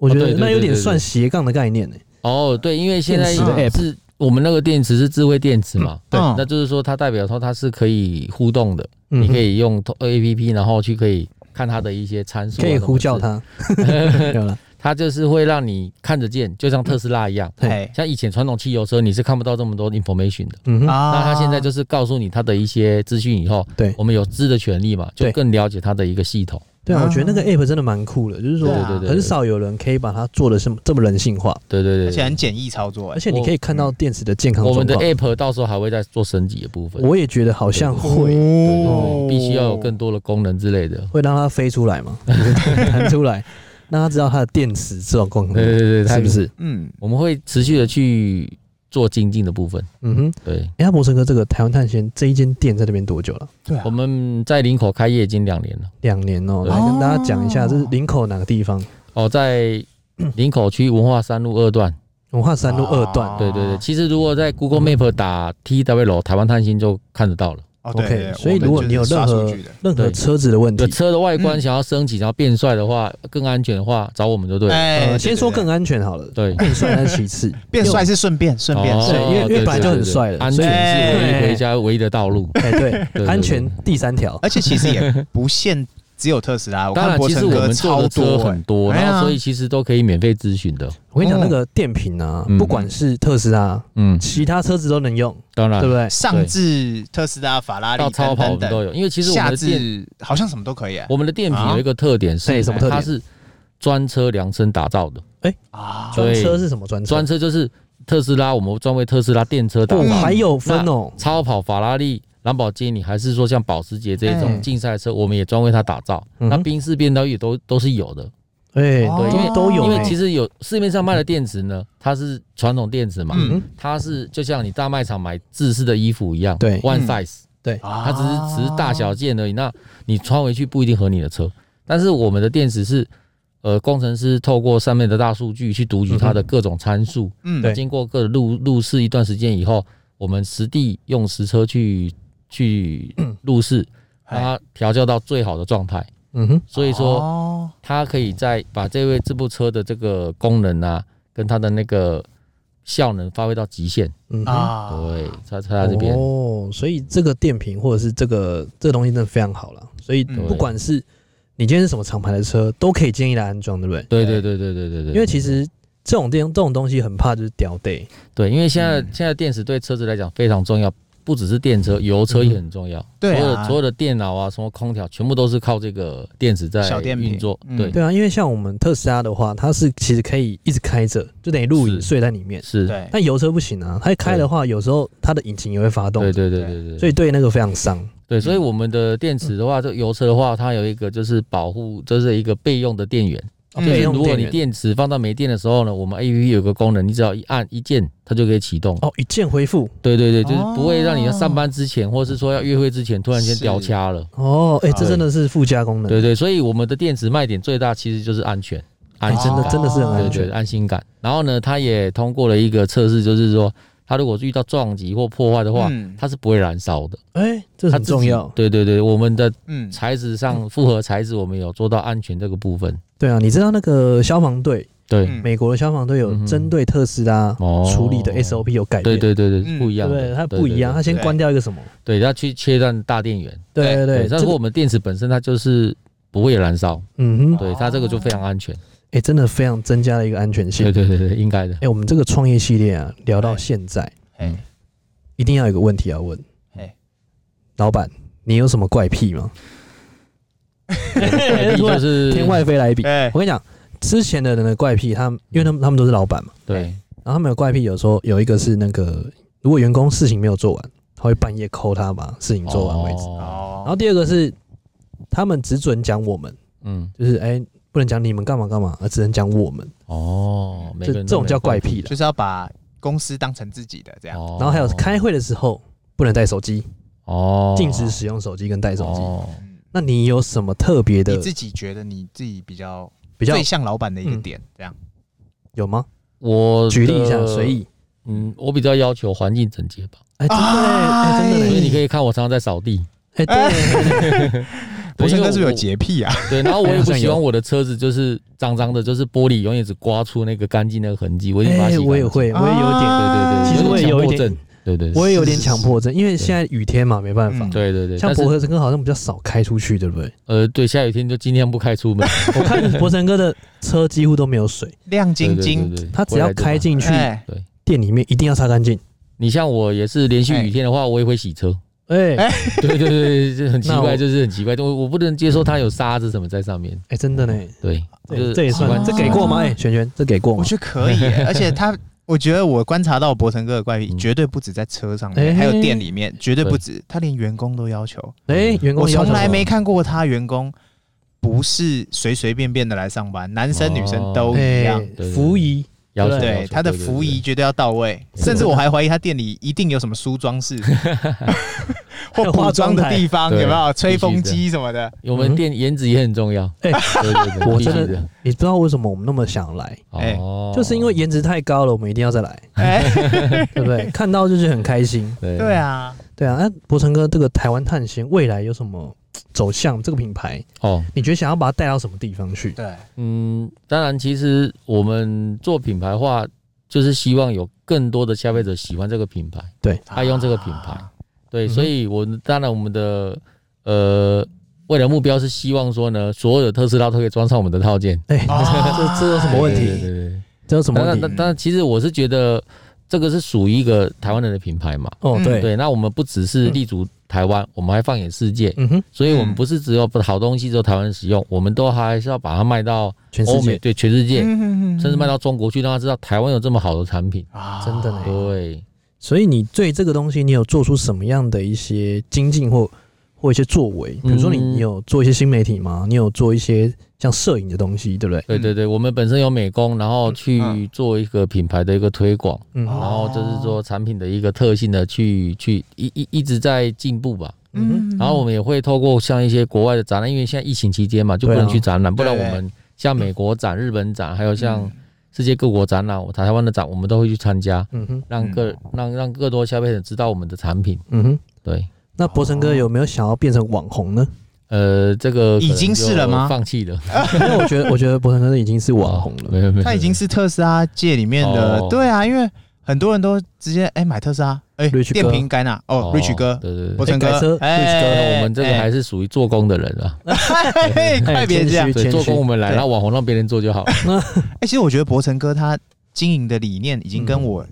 Speaker 1: 我觉
Speaker 3: 哦对
Speaker 1: 得
Speaker 3: 对
Speaker 1: 那有
Speaker 3: 对
Speaker 1: 点
Speaker 3: 对
Speaker 1: 算斜杠的概念呢。
Speaker 3: 哦，对，因为现在
Speaker 1: 电
Speaker 2: 池的
Speaker 1: app
Speaker 3: 是我们那个电池是智慧电池嘛，
Speaker 2: 嗯
Speaker 3: 那就是说它代表说它是可以互动的，
Speaker 1: 嗯
Speaker 3: 你
Speaker 1: 哼
Speaker 3: 可以用呃 A P P，然后去可以看它的一些参数啊，
Speaker 1: 可以
Speaker 3: 什么
Speaker 1: 呼叫
Speaker 3: 之，
Speaker 1: 他，没有了，
Speaker 3: 它就是会让你看得见，就像特斯拉一
Speaker 1: 嗯
Speaker 3: 样。
Speaker 2: 哎
Speaker 3: 像以前传统汽油车，你是看不到这么多 information 的。
Speaker 1: 嗯哼，
Speaker 2: 啊
Speaker 3: 那它现在就是告诉你它的一些资讯以后，
Speaker 1: 对
Speaker 3: 我们有知的权利嘛，就
Speaker 1: 对
Speaker 3: 更了解它的一个系统。
Speaker 1: 对啊，我觉得那个 app 真的蛮酷的，就是说
Speaker 2: 对啊
Speaker 3: 对对对
Speaker 1: 很少有人可以把它做的这么这么人性化，
Speaker 3: 对对
Speaker 2: 而且
Speaker 3: 对，
Speaker 2: 很简易操作，
Speaker 1: 而
Speaker 2: 哎
Speaker 1: 且你可以看到电池的健康
Speaker 3: 我
Speaker 1: 状
Speaker 3: 们的
Speaker 1: 况。
Speaker 3: app 到时候还会再做升级的部分，
Speaker 1: 我也觉得好像
Speaker 2: 哦
Speaker 1: 会哦
Speaker 3: 对必须要有更多的功能之类的。
Speaker 1: 会让它飞出来 嘛，就是弹出来，让它知道它的电池状况，
Speaker 3: 对对对，它
Speaker 1: 是不？是？
Speaker 2: 嗯
Speaker 3: 我们会持续的去做精进的部分。
Speaker 1: 嗯哼，
Speaker 3: 对，
Speaker 1: 哎，阿伯成哥，这个台湾探险这一间店在那边多久了？
Speaker 2: 对啊
Speaker 3: 我们在林口开业已经两年了。
Speaker 1: 两年哦，
Speaker 3: 对
Speaker 1: 来跟大家讲一下，这是林口哪个地方？
Speaker 3: 哦，在林口区文化三路二段。
Speaker 1: 文化三路二段
Speaker 2: 哦。
Speaker 3: 对对对，其实如果在 Google Map 打 T W L 台湾探星就看得到了。
Speaker 2: 哦对
Speaker 1: OK，
Speaker 2: 对
Speaker 1: 所以
Speaker 2: 我们
Speaker 1: 如果
Speaker 2: 就是
Speaker 1: 你有任
Speaker 2: 刷数
Speaker 1: 何
Speaker 2: 据的
Speaker 1: 任何
Speaker 3: 对
Speaker 1: 车子的问
Speaker 3: 有
Speaker 1: 题，
Speaker 3: 车的外观想要升级，然后变帅的话，更安全的话，找我们就对了。
Speaker 1: 呃，
Speaker 2: 哎，对
Speaker 1: 先说更安全好了，
Speaker 3: 对，
Speaker 1: 变帅那是其 次，
Speaker 2: 变帅是顺便顺便
Speaker 3: 哦
Speaker 2: 是
Speaker 1: 对因为因为
Speaker 3: 对对
Speaker 1: 本来就很帅了
Speaker 3: 对对安
Speaker 1: 所以
Speaker 3: 全是
Speaker 2: 哎
Speaker 3: 唯一回家唯一的道路。
Speaker 1: 哎，
Speaker 3: 对
Speaker 1: 对，
Speaker 3: 对
Speaker 1: 安全第三条。
Speaker 2: 而且其实也不限只有特斯拉，我
Speaker 3: 当
Speaker 2: 看
Speaker 3: 然，
Speaker 2: 博
Speaker 3: 其实
Speaker 2: 成
Speaker 3: 我
Speaker 2: 哥
Speaker 3: 们做
Speaker 2: 超
Speaker 3: 的车
Speaker 2: 多
Speaker 1: 欸
Speaker 3: 很
Speaker 2: 哎，
Speaker 3: 多，
Speaker 2: 哎
Speaker 3: 然
Speaker 2: 呀
Speaker 3: 后所以其实都可以免费咨询的。
Speaker 1: 我跟你讲，
Speaker 2: 哦
Speaker 1: 那个电瓶啊
Speaker 3: 嗯，
Speaker 1: 不管是特斯拉，
Speaker 3: 嗯，
Speaker 1: 其他车子都能用，
Speaker 3: 当然
Speaker 1: 对不，对？
Speaker 2: 上至特斯拉、法拉利
Speaker 3: 到超
Speaker 2: 等
Speaker 3: 跑我
Speaker 2: 等
Speaker 3: 们都
Speaker 2: 等，
Speaker 3: 有，因为其实我们
Speaker 2: 下
Speaker 3: 的电
Speaker 2: 至好像什么都可以哎
Speaker 3: 我们的电瓶有一个特点
Speaker 1: 哎
Speaker 3: 是
Speaker 1: 什么特点
Speaker 3: 它是专车量身打造的，
Speaker 2: 啊，
Speaker 3: 对
Speaker 1: 专车是什么专车？
Speaker 3: 专车就是特斯拉，我们专为特斯拉电车打
Speaker 1: 哦，
Speaker 3: 造。
Speaker 1: 还有分哦，
Speaker 3: 超跑、法拉利、兰博基尼，还是说像保时捷这种
Speaker 2: 嗯
Speaker 3: 竞赛车，我们也专为它打造。
Speaker 1: 哎嗯哼
Speaker 3: 那宾士、变道也都都是有的，
Speaker 1: 哎，
Speaker 2: 哦
Speaker 1: 都都有
Speaker 3: 因
Speaker 1: 呢，
Speaker 3: 为其实有市面上卖的电池呢，它是传统电池嘛，
Speaker 2: 嗯
Speaker 3: 它是就像你大卖场买制式的衣服一样，
Speaker 1: 对啊
Speaker 3: ，one
Speaker 2: 嗯
Speaker 3: size，它
Speaker 2: 它
Speaker 3: 只是只是大小件而已。那你穿回去不一定合你的车，但是我们的电池是。呃，工程师透过上面的大数据去读取它的各种参数，
Speaker 2: 嗯
Speaker 1: 对
Speaker 3: 经过各路路试一段时间以后，我们实地用实车去 去路试，让它调教到最好的状态。
Speaker 1: 嗯哼，
Speaker 3: 所以说，
Speaker 2: 说
Speaker 3: 它可以在把这位这部车的这个功能啊，跟它的那个效能发挥到极限。
Speaker 1: 嗯哼。
Speaker 2: 啊，
Speaker 3: 对，它它在这边，
Speaker 1: 哦，所以这个电瓶或者是这个这个东西真的非常好了，所以
Speaker 2: 嗯
Speaker 1: 不管是你今天是什么厂牌的车，都可以建议来安装，对不对？
Speaker 3: 对对对对对对对，
Speaker 1: 因为其实这种电这种东西很怕就是掉 day，
Speaker 3: 对，因为现在
Speaker 2: 嗯
Speaker 3: 现在电池对车子来讲非常重要。不只是电车，油车也很重要。
Speaker 2: 对啊
Speaker 3: 嗯所有的所有的电脑啊，什么空调，全部都是靠这个电池在
Speaker 2: 小电瓶
Speaker 3: 运作。
Speaker 2: 嗯
Speaker 3: 对，
Speaker 1: 对啊，因为像我们特斯拉的话，它是其实可以一直开着，就等于露营
Speaker 3: 是
Speaker 1: 睡在里面。
Speaker 3: 是，
Speaker 2: 对，
Speaker 1: 但油车不行啊，它一开的话，有时候它的引擎也会发动
Speaker 3: 对，对对
Speaker 2: 对
Speaker 3: 对嗯对，
Speaker 1: 所以嗯对那个非常伤。
Speaker 3: 对，所以我们的电池的话，这油车的话，它有一个就是保护，就是一个备用的电源。
Speaker 1: 啊
Speaker 2: 嗯
Speaker 3: 就是
Speaker 1: 备用
Speaker 3: 如果
Speaker 1: 电
Speaker 3: 你
Speaker 1: 源
Speaker 3: 电池放到没电的时候呢，我们 A P P 有个功能，你只要一按一键，它就可以启动。
Speaker 1: 哦，一键恢复
Speaker 3: 对对对，就是
Speaker 2: 哦
Speaker 3: 不会让你在上班之前，或是说要约会之前突然间掉卡了。
Speaker 1: 哦，哎，这
Speaker 3: 啊对
Speaker 1: 真的是附加功能，
Speaker 3: 对对，所以我们的电池卖点最大其实就是安全，安
Speaker 1: 哎，
Speaker 3: 心
Speaker 1: 真
Speaker 3: 感
Speaker 1: 的真的是很
Speaker 3: 对
Speaker 1: 安
Speaker 3: 啊对
Speaker 1: 全
Speaker 3: 对，。安心感。然后呢，它也通过了一个测试，就是说它如果遇到撞击或破坏的话，
Speaker 2: 嗯
Speaker 3: 它是不会燃烧的。
Speaker 1: 哎，这
Speaker 3: 它
Speaker 1: 很
Speaker 3: 自己
Speaker 1: 重要。
Speaker 3: 对对对，我们的
Speaker 2: 嗯，
Speaker 3: 材质上复合材质，我们有做到安全这个部分。
Speaker 1: 对啊，你知道那个消防队
Speaker 3: 对，
Speaker 2: 嗯
Speaker 1: 美国的消防队有
Speaker 3: 嗯哼
Speaker 1: 针对特斯拉
Speaker 3: 哦
Speaker 1: 处理的 SOP 有改变，
Speaker 3: 对对对对，
Speaker 2: 嗯
Speaker 3: 不
Speaker 1: 对
Speaker 3: 一样
Speaker 1: 不
Speaker 3: 的，
Speaker 1: 对？它不一样，它先
Speaker 2: 对
Speaker 1: 关掉一个什么？
Speaker 3: 对，它去切断大电源，
Speaker 1: 对对对，
Speaker 3: 但
Speaker 1: 这
Speaker 3: 是
Speaker 1: 个
Speaker 3: 我们电池本身它就是不会燃烧，
Speaker 1: 嗯哼，
Speaker 3: 对，它这个就非常安全。
Speaker 1: 哎，真的非常增加了一个安全
Speaker 3: 对
Speaker 1: 性。
Speaker 3: 对对对，应该的。
Speaker 1: 哎，我们这个创业系列啊，聊到现在，
Speaker 2: 哎
Speaker 1: 一定要有一个问题要问
Speaker 2: 哎，
Speaker 1: 老板，你有什么怪癖吗？
Speaker 3: 代币嗯就是
Speaker 1: 天外飞来一笔。
Speaker 2: 对
Speaker 1: 我跟你讲，之前的人的怪癖，他们因为他们他们都是老板嘛，
Speaker 3: 对
Speaker 1: 然后他们有怪癖，有时候有一个是那个，如果员工事情没有做完，他会半夜抠他把事情做完为止。
Speaker 3: 哦
Speaker 2: 哦，
Speaker 1: 然后第二个是，他们只准讲我们，
Speaker 3: 嗯
Speaker 1: 就是哎、不能讲你们干嘛干嘛，而只能讲我们，
Speaker 3: 哦，每
Speaker 1: 这
Speaker 3: 个人
Speaker 1: 这
Speaker 3: 都
Speaker 1: 种
Speaker 3: 没
Speaker 1: 叫
Speaker 3: 有
Speaker 1: 怪
Speaker 3: 怪
Speaker 1: 癖
Speaker 3: 癖
Speaker 1: 了。
Speaker 2: 就是要把公司当成自己的这样。
Speaker 3: 哦
Speaker 1: 然后还有开会的时候不能带手机，
Speaker 3: 哦，
Speaker 1: 禁止使用手机跟带手机。
Speaker 3: 哦
Speaker 2: 嗯
Speaker 1: 那你有什么特别
Speaker 2: 你
Speaker 1: 的
Speaker 2: 自己觉得你自己比较
Speaker 1: 比较
Speaker 2: 最像老板的一个
Speaker 1: 嗯
Speaker 2: 点，这样
Speaker 1: 有吗？
Speaker 3: 我
Speaker 1: 举例一下，
Speaker 3: 的
Speaker 1: 随。意。
Speaker 3: 嗯，我比较要求环境整洁吧，
Speaker 1: 哎，真的嘞，哎，真的
Speaker 3: 所以你
Speaker 1: 嘞，
Speaker 3: 可以看我常常在扫地。
Speaker 1: 哎，对，
Speaker 3: 对
Speaker 2: 博生
Speaker 3: 因为
Speaker 2: 哥是不是有
Speaker 3: 我
Speaker 2: 洁癖啊？
Speaker 3: 对，然后我也
Speaker 1: 好
Speaker 3: 不
Speaker 1: 像
Speaker 3: 喜
Speaker 1: 有
Speaker 3: 欢我的车子就是脏脏的，就是玻璃永远只刮出那个干净的痕迹，我已经把它
Speaker 1: 哎
Speaker 3: 洗干净
Speaker 1: 我也，会，我也有点，
Speaker 3: 对对对，
Speaker 1: 其实我也有一
Speaker 3: 点强迫
Speaker 1: 点
Speaker 3: 症，对对，对
Speaker 1: 我也有点
Speaker 2: 是是
Speaker 1: 强迫症，因为现在雨天嘛，没办法
Speaker 2: 嗯。
Speaker 3: 对对对，
Speaker 1: 像
Speaker 3: 但
Speaker 1: 博
Speaker 3: 是
Speaker 1: 和成哥好像比较少开出去，对不对？
Speaker 3: 呃，对，下雨天就尽量不开出门，
Speaker 1: 我看博成哥的车几乎都没有水，
Speaker 2: 亮
Speaker 3: 对
Speaker 2: 晶
Speaker 3: 对
Speaker 2: 晶
Speaker 3: 对，对
Speaker 1: 他只要开，进去
Speaker 2: 哎
Speaker 1: 店里面一定要擦干净。
Speaker 3: 你像我也是连续雨天的话，我也会洗 车。
Speaker 1: 哎
Speaker 2: 哎
Speaker 3: 对对对，这很奇
Speaker 1: 那我
Speaker 3: 怪，就是很奇怪，我我不能接受它有沙子什么在上面。
Speaker 1: 哎，真的呢，哎
Speaker 3: 对，就是
Speaker 1: 这这也
Speaker 3: 习
Speaker 1: 算，
Speaker 3: 惯
Speaker 1: 这给过吗？哎，璇璇，这给过
Speaker 2: 我
Speaker 1: 吗？
Speaker 2: 觉得可以耶、而且 他，我觉得我观察到博成哥的怪癖，
Speaker 3: 嗯
Speaker 2: 绝对不止在车上面，
Speaker 1: 哎
Speaker 2: 还有店里面，绝对不
Speaker 3: 对
Speaker 2: 止，他连员工都要求。
Speaker 1: 哎，员工
Speaker 2: 我
Speaker 1: 要
Speaker 2: 从
Speaker 1: 求
Speaker 2: 来
Speaker 1: 什么
Speaker 2: 没看过他员工不是随随便便的来上班，男生
Speaker 3: 哦
Speaker 2: 女生都一样。
Speaker 1: 哎
Speaker 3: 对对
Speaker 1: 服仪，
Speaker 3: 要求要
Speaker 2: 对
Speaker 3: 求
Speaker 2: 他的
Speaker 3: 哦对对
Speaker 2: 服
Speaker 3: 对
Speaker 2: 仪绝对要到位，
Speaker 3: 对
Speaker 2: 甚至我还怀疑他店里一定有什么梳妆 室
Speaker 1: 还
Speaker 2: 或
Speaker 1: 有
Speaker 2: 补
Speaker 1: 化
Speaker 2: 妆
Speaker 1: 妆
Speaker 2: 的
Speaker 1: 台
Speaker 2: 地方，
Speaker 3: 对
Speaker 2: 有没有吹
Speaker 3: 必须
Speaker 2: 风
Speaker 3: 的
Speaker 2: 机什么 的？
Speaker 3: 我们店颜值也很重要。
Speaker 1: 嗯哎
Speaker 3: 对对对，
Speaker 1: 我
Speaker 3: 必须
Speaker 1: 真的
Speaker 3: 的
Speaker 1: 你知道为什么我们那么想来？
Speaker 2: 哎
Speaker 3: 哦，
Speaker 1: 就是因为颜值太高了，我们一定要再 来，
Speaker 2: 哎，
Speaker 1: 对不对？看到就是很开心，
Speaker 3: 对
Speaker 2: 对啊，
Speaker 1: 对啊。那博成哥，这个台湾探险未来有什么嘖走向？这个品牌，
Speaker 3: 哦，
Speaker 1: 你觉得想要把它带到什么地方去？
Speaker 2: 对，
Speaker 3: 嗯，当然，其实我们做品牌化，就是希望有更多的消费者喜欢这个品牌，
Speaker 1: 对，
Speaker 3: 爱用这个品牌，
Speaker 2: 啊
Speaker 3: 对，
Speaker 1: 嗯哼
Speaker 3: 所以我们当然我们的呃未来目标是希望说呢，所有的特斯拉都可以装上我们的套件，
Speaker 1: 哎，
Speaker 2: 啊
Speaker 1: 这这有什么问
Speaker 3: 对
Speaker 1: 题？
Speaker 3: 对对对，
Speaker 1: 这有什么问
Speaker 3: 当然，
Speaker 1: 题？
Speaker 3: 当当然，其实我是觉得这个是属于一个台湾人的品牌嘛，
Speaker 1: 哦，对，
Speaker 3: 对，那我们不只是立足台湾，我们还放眼世界，
Speaker 1: 嗯哼，
Speaker 3: 所以我们
Speaker 2: 嗯
Speaker 3: 不是只有好东西只有台湾使用，我们都还是要把它卖到
Speaker 1: 全世
Speaker 3: 欧美，
Speaker 1: 界
Speaker 3: 对全世界。
Speaker 2: 嗯
Speaker 3: 甚至卖到中国去，让他知道台湾有这么好的产品。
Speaker 2: 啊
Speaker 1: 真的呢
Speaker 3: 对，
Speaker 1: 所以你对这个东西，你有做出什么样的一些精进或或一些作为？比如说你
Speaker 3: 嗯
Speaker 1: 你有做一些新媒体吗？你有做一些像摄影的东西，对不对？
Speaker 3: 对对对，我们本身有美工，然后去
Speaker 2: 嗯
Speaker 3: 做一个品牌的一个推广，
Speaker 1: 嗯
Speaker 2: 哦
Speaker 3: 然后就是说产品的一个特性的去去一一一直在进步吧。
Speaker 1: 嗯
Speaker 3: 然后我们也会透过像一些国外的展览，因为现在疫情期间嘛，就不能
Speaker 1: 对啊
Speaker 3: 去展览，不然
Speaker 2: 对
Speaker 3: 我们像美国展、日本展，还有像
Speaker 2: 嗯
Speaker 3: 世界各国展览，我台湾的展，我们都会去参加，
Speaker 1: 嗯哼，
Speaker 3: 让各让让更多消费者知道我们的产品。
Speaker 1: 嗯哼。
Speaker 3: 对，
Speaker 1: 那博成哥有没有想要变成网红呢？
Speaker 3: 呃，这个可
Speaker 2: 已
Speaker 3: 能
Speaker 2: 经是
Speaker 3: 就
Speaker 2: 了吗
Speaker 3: 放弃了，
Speaker 1: 因为我觉得，我觉得博成哥已经是网红了。
Speaker 3: 没有没有，
Speaker 2: 他已经是特斯拉界里面的，
Speaker 3: 哦
Speaker 2: 对啊，因为很多人都直接哎、买特斯拉，哎、
Speaker 1: Rich
Speaker 2: 电
Speaker 1: 哥
Speaker 2: 瓶改哪？哦，Rich 哥，
Speaker 3: 对对
Speaker 2: 博成
Speaker 3: 对，
Speaker 1: 哎改
Speaker 2: 哥
Speaker 1: 车，
Speaker 2: 哎、
Speaker 3: 那我们这个还
Speaker 2: 是，
Speaker 3: 是属于做工的人啊，
Speaker 2: 嘿
Speaker 1: 哎
Speaker 2: 嘿快别这样
Speaker 1: 谦虚。
Speaker 3: 对，做工我们来，
Speaker 2: 对
Speaker 3: 然后网红让别人做就好。
Speaker 2: 哎、其实我觉得博成哥他经营的理念已经跟
Speaker 1: 嗯
Speaker 2: 我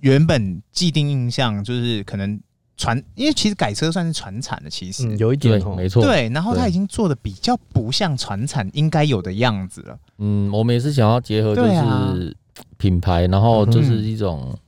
Speaker 2: 原本既定印象就是可能传，因为其实改车算是传产的，其实。
Speaker 1: 嗯，有一点
Speaker 3: 对，
Speaker 1: 哦，
Speaker 3: 没错。，
Speaker 2: 对，然后他
Speaker 3: 对
Speaker 2: 已经做的比较不像传产应该有的样子了。
Speaker 3: 嗯，我们也是想要结合就
Speaker 2: 对啊
Speaker 3: 是品牌，然后就是
Speaker 2: 嗯
Speaker 3: 一种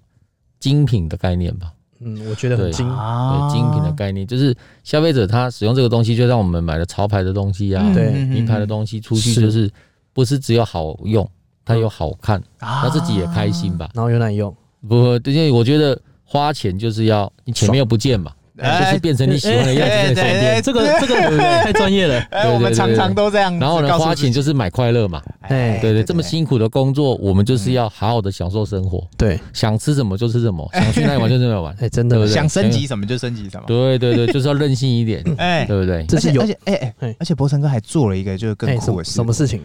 Speaker 3: 精品的概念吧，
Speaker 1: 嗯，我觉得很
Speaker 3: 对
Speaker 1: 精，
Speaker 2: 啊
Speaker 3: 对，精品的概念就是消费者他使用这个东西，就像我们买的潮牌的东西啊
Speaker 2: 嗯，
Speaker 1: 对
Speaker 3: 名牌的东西出去，
Speaker 1: 是
Speaker 3: 就是不是只有好用，它有好看，
Speaker 2: 嗯啊
Speaker 3: 他自己也开心吧。
Speaker 1: 然后有奶用，
Speaker 3: 不，因为我觉得花钱就是要你钱没有不见嘛，
Speaker 2: 哎
Speaker 3: 就是变成你喜欢的样
Speaker 2: 哎
Speaker 3: 子在身边
Speaker 2: 哎。
Speaker 1: 这个这个太专业了。
Speaker 2: 哎、
Speaker 3: 对
Speaker 2: 我们
Speaker 3: 对对
Speaker 2: 常
Speaker 3: 对
Speaker 2: 常都这样子
Speaker 3: 然后呢，
Speaker 2: 嗯告诉
Speaker 3: 花
Speaker 2: 自己
Speaker 3: 钱就是买快乐嘛。
Speaker 1: 哎
Speaker 3: 对对，这么辛苦的工作，我们就是要好好的享受生活，
Speaker 1: 对，
Speaker 3: 想吃什么就吃什么，想去哪里玩就去哪 里玩。
Speaker 1: 哎，真的
Speaker 3: 对，
Speaker 2: 想升级什么就升级什么。
Speaker 3: 嗯对对对，就是要任性一点，
Speaker 2: 哎，
Speaker 3: 对不对？
Speaker 1: 这
Speaker 2: 而且
Speaker 1: 是有
Speaker 2: 而且哎哎
Speaker 1: 哎，
Speaker 2: 而且博成哥还做了一个就是更
Speaker 1: 哎，什
Speaker 2: 酷
Speaker 1: 么
Speaker 2: 的事
Speaker 1: 什，么事情？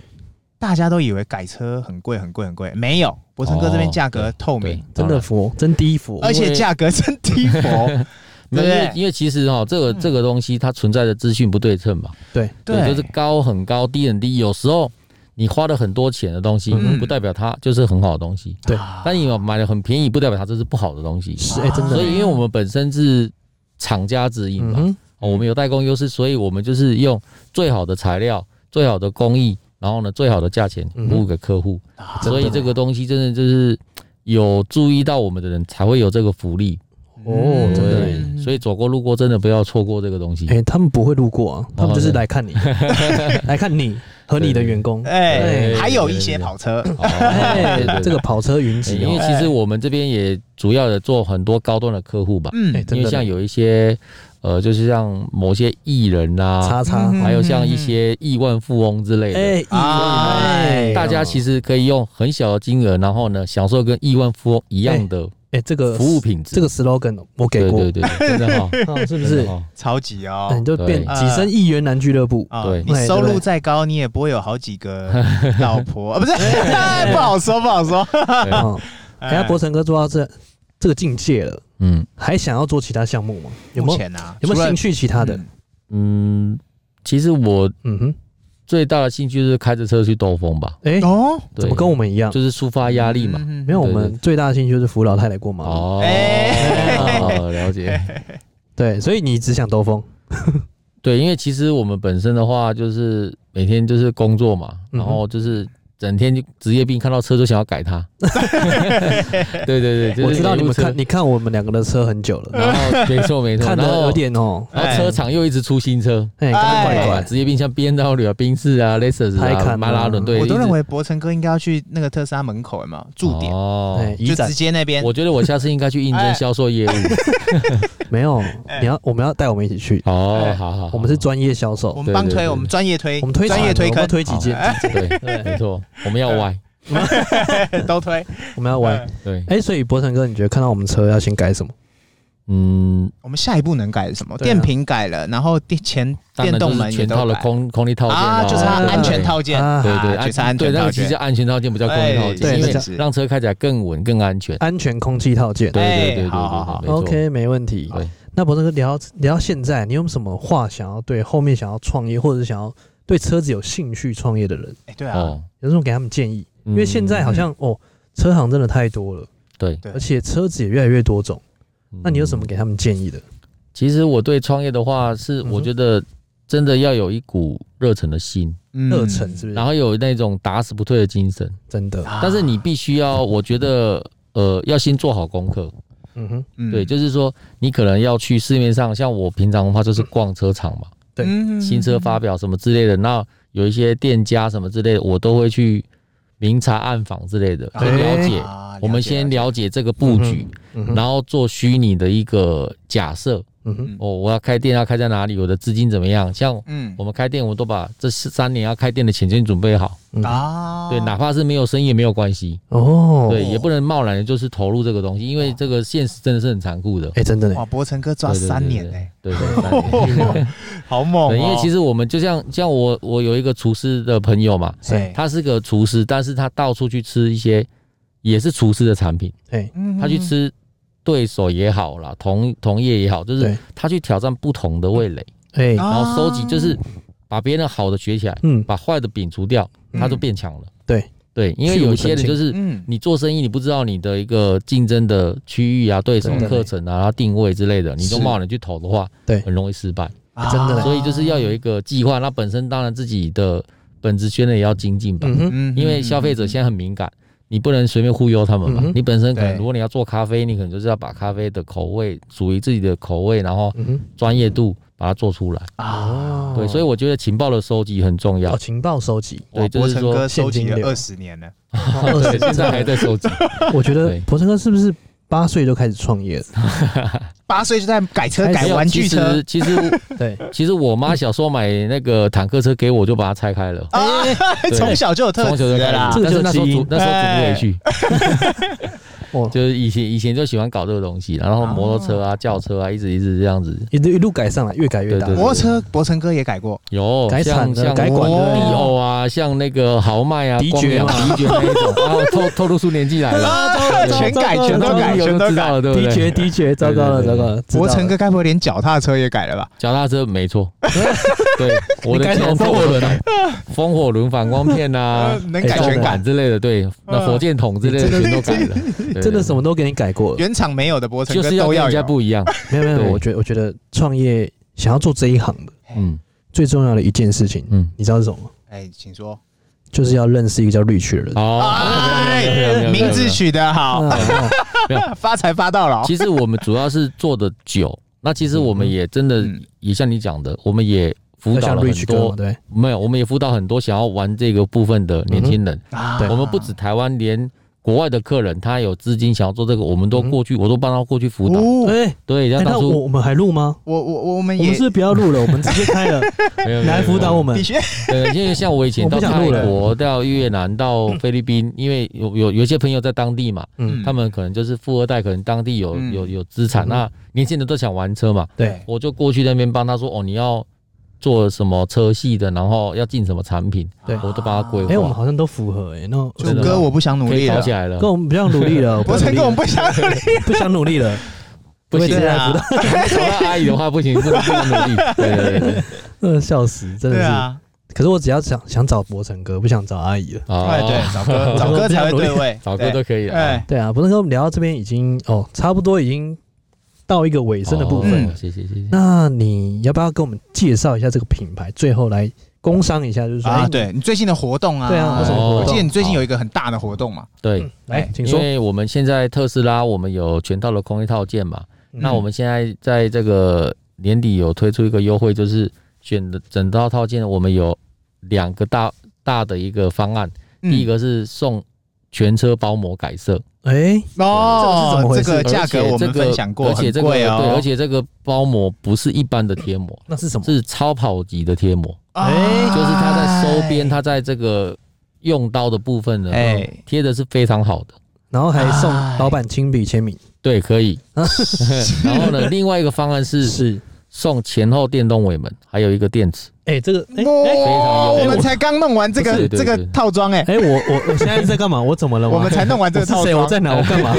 Speaker 2: 大家都以为改车很贵很贵很贵，没有，博成哥这边价格
Speaker 3: 哦
Speaker 2: 透
Speaker 3: 对
Speaker 2: 明，，
Speaker 1: 真
Speaker 3: 当
Speaker 1: 的
Speaker 3: 然
Speaker 1: 佛，真第一佛。
Speaker 2: 而且价格真低 薄，
Speaker 3: 没有，因
Speaker 2: 对
Speaker 3: 为因为其实哈，这个这个东西它存在的资讯不对称嘛，
Speaker 1: 对，
Speaker 3: 对，就是高很高，低很低，有时候。你花了很多钱的东西，
Speaker 2: 嗯
Speaker 3: 不代表它就是很好的东西。
Speaker 1: 对
Speaker 2: 啊
Speaker 3: 但你买了很便宜，不代表它就是不好的东西。
Speaker 1: 是哎，真的
Speaker 3: 所。以，因为我们本身是厂家直营
Speaker 1: 嗯
Speaker 3: 嘛，
Speaker 1: 哼，
Speaker 3: 哦，我们有代工优势，所以我们就是用最好的材料、最好的工艺，然后呢最好的价钱
Speaker 1: 嗯
Speaker 3: 服务给客户。
Speaker 2: 啊
Speaker 3: 所以这个东西真的就是有注意到我们的人才会有这个福利。
Speaker 2: 嗯
Speaker 1: 哦，真的耶。
Speaker 3: 对，所以走过路过真的不要错过这个东西。
Speaker 1: 哎，他们不会路过啊，他们就是
Speaker 3: 哦对
Speaker 1: 来 看你，来看你和你的员工。
Speaker 2: 哎，
Speaker 3: 对
Speaker 2: 还有一些跑车，
Speaker 3: 好对对
Speaker 1: 哎，
Speaker 3: 对
Speaker 1: 这个跑车云
Speaker 3: 哎
Speaker 1: 集
Speaker 3: 因为
Speaker 1: 哦，
Speaker 3: 其实我们这边也主要的做很多高端的客户吧，
Speaker 1: 哎
Speaker 2: 嗯，
Speaker 1: 真
Speaker 3: 因为
Speaker 1: 的
Speaker 3: 像有一些呃，就是像某些艺人啊，
Speaker 1: 叉叉，
Speaker 2: 嗯
Speaker 3: 还有像一些亿万富翁之类的。
Speaker 1: 哎，
Speaker 2: 哎
Speaker 1: 哎，
Speaker 3: 大家其实可以用很小的金额，然后呢，享受跟亿万富翁一样的
Speaker 1: 哎这个
Speaker 3: 服务品质。
Speaker 1: 这个 slogan 我给
Speaker 3: 对
Speaker 1: 过，
Speaker 3: 对对， 对真的哈，
Speaker 2: 哦
Speaker 1: 啊是不
Speaker 3: 真
Speaker 1: 是
Speaker 3: 的？哈
Speaker 2: 超级哦
Speaker 1: 哎，你就变
Speaker 3: 对
Speaker 1: 跻身一元男俱乐部，
Speaker 2: 啊
Speaker 3: 嗯对
Speaker 2: 你
Speaker 1: 哎
Speaker 2: 收
Speaker 1: 对
Speaker 2: 入
Speaker 1: 不对
Speaker 2: 再高，你也不会有好几 个老婆，啊不是，不好说，不好说。
Speaker 3: 对
Speaker 1: 嗯，人
Speaker 2: 哎
Speaker 1: 家博成哥做到这这个境界了，
Speaker 3: 嗯
Speaker 1: 还想要做其他项目吗？有没
Speaker 2: 目
Speaker 1: 有
Speaker 2: 前啊，嗯
Speaker 1: 有没有兴
Speaker 2: 趣
Speaker 1: 趣其他的？
Speaker 3: 嗯，其实我
Speaker 1: 嗯哼，
Speaker 3: 最大的兴趣就是开着车去兜风吧，
Speaker 1: 哎，
Speaker 2: 哦，
Speaker 3: 对
Speaker 1: 怎么跟我们一样？
Speaker 3: 就是抒发压力嘛。
Speaker 2: 嗯
Speaker 1: 没有，我
Speaker 3: 对对
Speaker 1: 们最大的兴趣就是扶老太太过马路。
Speaker 3: 哦，
Speaker 2: 哎
Speaker 3: 哦了 解。
Speaker 1: 对，所以你只想兜风。
Speaker 3: 对，因为其实我们本身的话，就是每天就是工作嘛，
Speaker 1: 嗯哼
Speaker 3: 然后就是整天就职业病，看到车就想要 改它。对对对，就是
Speaker 1: 我知道你们
Speaker 3: 每部车
Speaker 1: 看，，你看我们两个的车很久了，
Speaker 3: 然后没错没错，
Speaker 1: 看
Speaker 3: 嗯然
Speaker 1: 的
Speaker 3: 后
Speaker 1: 有点哦，
Speaker 3: 然后车厂又一直出新车，
Speaker 1: 哎，赶快
Speaker 2: 哎
Speaker 1: 快
Speaker 3: 对
Speaker 1: 快，
Speaker 3: 职业病像 B N W 啊、宾士啊、Lexus
Speaker 1: 泰坦啊
Speaker 3: 啊、迈拉伦，
Speaker 2: 我
Speaker 3: 对，
Speaker 2: 都
Speaker 3: 一直
Speaker 2: 认为博成哥应该要去那个特斯拉门口，有没有驻
Speaker 1: 哎
Speaker 2: 点？
Speaker 3: 哦，，
Speaker 1: 移
Speaker 2: 就
Speaker 1: 展
Speaker 2: 直接那边。
Speaker 3: 我觉得我下次应该去应
Speaker 2: 哎
Speaker 3: 征销售业务。
Speaker 1: 没有
Speaker 2: 哎，
Speaker 1: 你要我们要带我们一起去，
Speaker 3: 哦
Speaker 2: 哎，
Speaker 3: 好好，好
Speaker 1: 我们是专业销售
Speaker 2: 我，们帮
Speaker 3: 对对
Speaker 2: 推，
Speaker 3: 对
Speaker 2: 我们专业推，
Speaker 1: 我们推
Speaker 2: 专业
Speaker 1: 产
Speaker 2: 推
Speaker 1: 我们要
Speaker 2: 坑，
Speaker 1: 推几
Speaker 3: 哎
Speaker 1: 件，
Speaker 3: 对，没错，我们要歪，
Speaker 2: 都 推。
Speaker 1: 我们要玩。
Speaker 3: 对，
Speaker 1: 哎，所以博成哥，你觉得看到我们车要先改什么？
Speaker 3: 嗯，
Speaker 2: 我们下一步能改什么？
Speaker 1: 对啊
Speaker 2: 电瓶改了，然后电前
Speaker 3: 当
Speaker 2: 电
Speaker 3: 然就
Speaker 2: 动门
Speaker 3: 是
Speaker 2: 也
Speaker 3: 全
Speaker 2: 都
Speaker 3: 套的
Speaker 2: 改
Speaker 3: 空空力套件
Speaker 2: 啊，
Speaker 3: 咯
Speaker 2: 就是它安全套件，
Speaker 1: 啊
Speaker 3: 对
Speaker 2: 啊
Speaker 3: 对，
Speaker 2: 就
Speaker 3: 安
Speaker 2: 是安
Speaker 3: 对，
Speaker 2: 全
Speaker 3: 那
Speaker 2: 套
Speaker 3: 个其实叫
Speaker 2: 件。
Speaker 3: 安全套件，不叫空
Speaker 2: 哎
Speaker 3: 力套
Speaker 1: 对
Speaker 3: 件，因为
Speaker 1: 是
Speaker 2: 是
Speaker 3: 让车开起来更稳、更安全。
Speaker 1: 安全空气套件。
Speaker 3: 哎对
Speaker 2: 哎
Speaker 3: 对对对对
Speaker 2: 好好好
Speaker 3: 对，没错。
Speaker 1: OK，没问题。
Speaker 3: 对，
Speaker 1: 那博成哥聊聊到现在，你有什么话想要对后面想要创业或者是想要对车子有兴趣创业的人，
Speaker 2: 哎，对啊，
Speaker 3: 哦，
Speaker 1: 有什么给他们建议？因为现在
Speaker 3: 嗯
Speaker 1: 好像哦，车行真的太多了，
Speaker 3: 对，
Speaker 2: 对
Speaker 1: 而且车子也越来越多种。那你有什么
Speaker 3: 嗯？
Speaker 1: 给他们建议的？
Speaker 3: 其实我对创业的话，是
Speaker 1: 嗯哼
Speaker 3: 我觉得真的要有一股热忱的心，
Speaker 2: 嗯
Speaker 1: 热忱是不
Speaker 3: 然
Speaker 1: 是？
Speaker 3: 后有那种打死不退的精神。
Speaker 1: 真的，
Speaker 2: 啊
Speaker 3: 但是你必须要，我觉得，呃，要先做好功课。
Speaker 1: 嗯哼，
Speaker 2: 嗯
Speaker 3: 对，就是说，你可能要去市面上，像我平常的话就是逛车场嘛，
Speaker 1: 对
Speaker 2: 嗯
Speaker 3: 新车发表什么之类的，那有一些店家什么之类的，我都会去明察暗访之类的，去
Speaker 1: 哎
Speaker 3: 了解。
Speaker 2: 啊
Speaker 3: 我们先了解这个布局，
Speaker 1: 嗯哼，
Speaker 3: 然后做虚拟的一个假设。
Speaker 1: 嗯哼，
Speaker 3: 哦，我要开店要开在哪里？我的资金怎么样？像
Speaker 2: 嗯
Speaker 3: 我们开店，我都把这四三年要开店的钱先准备好。
Speaker 1: 嗯哼
Speaker 2: 啊，
Speaker 3: 对，哪怕是没有生意也没有关系。
Speaker 1: 哦，
Speaker 3: 对，也不能贸然的就是投入这个东西，因为这个现实真的是很残酷的。
Speaker 1: 哎，真的呢
Speaker 2: 哇，，博成哥哦抓三年欸呢，
Speaker 3: 对对，三 年
Speaker 2: 好猛哦！
Speaker 3: 对，因为其实我们就像像我我有一个厨师的朋友嘛，
Speaker 2: 对
Speaker 3: 他是个厨师，但是他到处去吃一些也是厨师的产品，
Speaker 1: 哎，
Speaker 2: 嗯
Speaker 3: 他去吃对手也好啦，同同业也好，就是
Speaker 1: 对，
Speaker 3: 他去挑战不同的味蕾，
Speaker 1: 哎，
Speaker 2: 啊
Speaker 3: 然后收集就是把别人好的学起来，
Speaker 1: 嗯，
Speaker 3: 把坏的摒除掉，
Speaker 2: 嗯
Speaker 3: 他就变强了。
Speaker 1: 对
Speaker 3: 对，因为
Speaker 1: 去无
Speaker 3: 有
Speaker 1: 存
Speaker 3: 些人
Speaker 1: 菁
Speaker 3: 就是
Speaker 2: 嗯
Speaker 3: 你做生意，你不知道你的一个竞争的区域啊、对手
Speaker 1: 真的
Speaker 3: 课程啊、然后定位之类的，你就是贸然去投的话，
Speaker 1: 对
Speaker 3: 很容易失败。
Speaker 2: 啊
Speaker 1: 真的嘞
Speaker 3: 所以就是要有一个计划。那本身当然自己的本职圈内也要精进吧，
Speaker 1: 嗯哼，
Speaker 2: 嗯
Speaker 3: 因为消费者现在很敏感，你不能随便忽悠他们嘛
Speaker 1: 嗯哼。
Speaker 3: 你本身可能
Speaker 2: 对
Speaker 3: 如果你要做咖啡，你可能就是要把咖啡的口味属于自己的口味，然后
Speaker 1: 嗯哼，
Speaker 3: 专业度把它做出来。
Speaker 2: 啊，
Speaker 1: 哦，
Speaker 3: 对，所以我觉得情报的收集很重要
Speaker 1: 哦，。情报收 集，
Speaker 3: 对，就
Speaker 2: 博
Speaker 3: 是
Speaker 2: 成
Speaker 3: 说
Speaker 2: 哥收集
Speaker 1: 现金
Speaker 2: 了
Speaker 1: 流
Speaker 2: 二十年了，
Speaker 1: 对
Speaker 3: 哦 对，现在还在收集。
Speaker 1: 我觉得
Speaker 3: 对
Speaker 1: 博成哥是不是八岁就开始创业了？
Speaker 2: 八岁就在改车
Speaker 1: 哎
Speaker 2: 改
Speaker 3: 没有
Speaker 2: 玩具车，
Speaker 3: 其实其实
Speaker 1: 对，
Speaker 3: 其实我妈小时候买那个坦克车给我，就把它拆开了。
Speaker 2: 啊，
Speaker 3: 哎 对
Speaker 2: 从小就有特
Speaker 3: 从
Speaker 2: 质
Speaker 3: 小就
Speaker 2: 的
Speaker 3: 开
Speaker 2: 啦
Speaker 3: 始，。但是那时候
Speaker 1: 这个就是基
Speaker 3: 主
Speaker 1: 因
Speaker 3: 那时候主不
Speaker 2: 哎
Speaker 3: 委屈，
Speaker 1: 哦，
Speaker 3: 就是以前以前就喜欢搞这个东西，然
Speaker 2: 哦
Speaker 3: 后摩托车啊、轿车啊，一直一直这样子。
Speaker 1: 一路一路改上来，越改越大
Speaker 3: 对。对对
Speaker 2: 摩托车博成哥也改过，
Speaker 3: 有
Speaker 1: 改
Speaker 3: 像
Speaker 1: 产的、
Speaker 3: 像
Speaker 1: 改管
Speaker 2: 哦
Speaker 1: 的，
Speaker 3: 迪欧啊，像那个豪迈啊、
Speaker 1: 迪
Speaker 3: 光
Speaker 1: 爵
Speaker 3: 阳、
Speaker 1: 嘛
Speaker 3: 迪爵那一种， 然后透透露出年纪来了，
Speaker 2: 啊 全改
Speaker 1: 糟糕
Speaker 2: 全都改
Speaker 3: 哎有
Speaker 2: 全
Speaker 3: 就
Speaker 2: 都
Speaker 3: 知
Speaker 2: 改
Speaker 3: 道。了，对不
Speaker 1: 的
Speaker 3: 对？
Speaker 1: 确的确，糟糕了糟糕了，
Speaker 2: 博
Speaker 1: 知道
Speaker 2: 成
Speaker 1: 了
Speaker 2: 哥该不会连脚踏车也改了吧？
Speaker 3: 脚踏车没 错，对，我
Speaker 1: 你
Speaker 3: 的
Speaker 1: 改成
Speaker 3: 前
Speaker 1: 风火轮
Speaker 3: 轮、啊风火轮、反光片 啊
Speaker 2: 呃，能
Speaker 1: 改
Speaker 3: 效
Speaker 1: 全
Speaker 3: 果
Speaker 1: 改
Speaker 3: 板之类的，对，那火箭筒之类
Speaker 1: 你
Speaker 3: 的
Speaker 1: 真的
Speaker 3: 全都改了， 对
Speaker 1: 真的什么？都给你改过了。
Speaker 2: 原厂没有的博
Speaker 3: 对
Speaker 2: 成
Speaker 3: 就
Speaker 2: 哥
Speaker 3: 是要
Speaker 2: 都
Speaker 3: 跟
Speaker 2: 要
Speaker 3: 人家
Speaker 2: 有。
Speaker 3: 不一样，
Speaker 1: 没有没有，
Speaker 3: 对
Speaker 1: 我觉得我觉得创业想要做这一行的
Speaker 3: 嗯
Speaker 1: 最重要的一件事情，
Speaker 3: 嗯，
Speaker 1: 你知道是什么吗？
Speaker 2: 哎，请说。
Speaker 1: 就是要认识一个叫 Rich 的人。
Speaker 2: 哎，
Speaker 3: 哦，
Speaker 2: 名字
Speaker 3: 取。
Speaker 2: 取得好，
Speaker 3: 嗯
Speaker 1: 啊
Speaker 2: 发财发到老。
Speaker 3: 其实我们主要是做的久，那其实我们也真的
Speaker 2: 嗯
Speaker 3: 也像你讲的，我们也嗯辅
Speaker 1: 要
Speaker 3: 导
Speaker 1: 像
Speaker 3: 了很
Speaker 1: Rich 哥嘛，
Speaker 3: 多，
Speaker 1: 对
Speaker 3: 没有，我们也辅导很多想要玩这个部分的年轻
Speaker 1: 嗯
Speaker 3: 人。
Speaker 2: 啊
Speaker 3: 我们不止台湾，连国外的客人，他有资金想要做这个，我们
Speaker 1: 嗯
Speaker 3: 都过去，我都帮他过去辅导。
Speaker 2: 哦，
Speaker 1: 哎，
Speaker 3: 对，像
Speaker 1: 哎那
Speaker 3: 当
Speaker 1: 我
Speaker 3: 初
Speaker 1: 我们还录吗？
Speaker 2: 我我我们
Speaker 1: 我们
Speaker 2: 也
Speaker 1: 是不是不要录了，我们直接开 了，
Speaker 3: 没有
Speaker 1: 你来辅导哎我。们
Speaker 2: 的。确
Speaker 3: 对，呃因为像我以前到
Speaker 1: 我不想
Speaker 3: 泰
Speaker 1: 录了
Speaker 3: 国、到越南、到
Speaker 2: 嗯
Speaker 3: 菲律宾，因为有有有一些朋友在当地嘛，
Speaker 1: 嗯，
Speaker 3: 他们可能就是富二代，可能当地有
Speaker 2: 嗯
Speaker 3: 有有资产，
Speaker 1: 嗯
Speaker 3: 那年轻人都想玩车嘛，
Speaker 1: 对，
Speaker 3: 我就过去那边帮他说，哦，你要做什么车系的，然后要进什么产品，
Speaker 1: 对
Speaker 3: 我都帮他规
Speaker 1: 哎，我们
Speaker 3: 划，
Speaker 1: 好像都符合哎，那我
Speaker 2: 主
Speaker 3: 真的
Speaker 2: 哥，
Speaker 3: 吗
Speaker 2: 我不想努
Speaker 3: 可
Speaker 2: 力
Speaker 3: 以搞
Speaker 2: 了
Speaker 3: 起。来了
Speaker 1: 跟。我们不想努力了，
Speaker 2: 我
Speaker 1: 不想
Speaker 2: 才
Speaker 1: 努力
Speaker 2: 跟
Speaker 1: 了
Speaker 2: 我不想努力，
Speaker 1: 不想努力了，
Speaker 3: 不行
Speaker 1: 为这个来辅
Speaker 2: 啊
Speaker 1: 导，
Speaker 3: 找到阿姨的话不行，不能不能努力。对对对对，
Speaker 1: 呃，笑死，真的
Speaker 2: 对
Speaker 1: 是。
Speaker 2: 啊，
Speaker 1: 可是我只要想想找博成哥，不想找阿姨了。
Speaker 2: 哎对，
Speaker 3: 哦，
Speaker 2: 找 哥找哥才会对位，
Speaker 3: 找哥
Speaker 2: 对
Speaker 3: 都可以了
Speaker 2: 哎。，
Speaker 1: 对啊，博成哥，我们聊到这边已经哦，差不多已经到一个尾哎声的部分。
Speaker 3: 哦
Speaker 2: 嗯
Speaker 3: 谢谢谢谢。
Speaker 1: 那你要不要跟我们介绍一下这个品牌？最后来工商一下，就是说，
Speaker 2: 啊，
Speaker 1: 哎，
Speaker 2: 对你最近的活动啊，
Speaker 1: 对啊有什
Speaker 3: 么活
Speaker 2: 我记得
Speaker 1: 动
Speaker 2: 你最近有一个很大的活动嘛，
Speaker 3: 对
Speaker 1: 嗯，来，
Speaker 2: 哎
Speaker 1: 请
Speaker 3: 因
Speaker 1: 说。
Speaker 3: 为我们现在特斯拉，我们有全套的空一套件嘛，
Speaker 1: 嗯
Speaker 3: 那我们现在在这个年底有推出一个优惠，就是选的整套套件，我们有两个大大的一个方案，
Speaker 2: 嗯
Speaker 3: 第一个是送全车包膜改色，
Speaker 1: 哎，
Speaker 2: 哦，
Speaker 1: 这个是怎么回事
Speaker 2: 这个价格我
Speaker 3: 而且
Speaker 2: 们
Speaker 3: 这个
Speaker 2: 分享过，
Speaker 3: 而且这
Speaker 2: 很
Speaker 3: 个
Speaker 2: 贵哦，
Speaker 3: 对，而且这个包膜不是一般的贴膜，
Speaker 1: 那是什么？
Speaker 3: 是超跑级的贴膜，
Speaker 2: 哎
Speaker 3: 就是它在收边，它在这个用刀的部分呢嗯
Speaker 2: 哎，
Speaker 3: 贴的是非常好的。
Speaker 1: 然后还送
Speaker 2: 哎
Speaker 1: 老板亲笔签名，
Speaker 3: 对，可以。 然后呢，另外一个方案是
Speaker 1: 是。
Speaker 3: 送前后电动尾门，还有一个电池。
Speaker 1: 哎，这个，哎
Speaker 2: 哇，
Speaker 3: 非常有
Speaker 2: 哦我们
Speaker 3: 我
Speaker 2: 才刚弄完这
Speaker 3: 不
Speaker 2: 个
Speaker 3: 是对
Speaker 2: 这个
Speaker 3: 对对
Speaker 2: 套 装哎，
Speaker 1: 哎，我我我现在在干嘛？我怎么了吗？
Speaker 2: 我们才弄完这
Speaker 1: 我
Speaker 2: 个
Speaker 1: 是
Speaker 2: 套
Speaker 1: 谁？
Speaker 2: 装，
Speaker 1: 我在哪？我干嘛？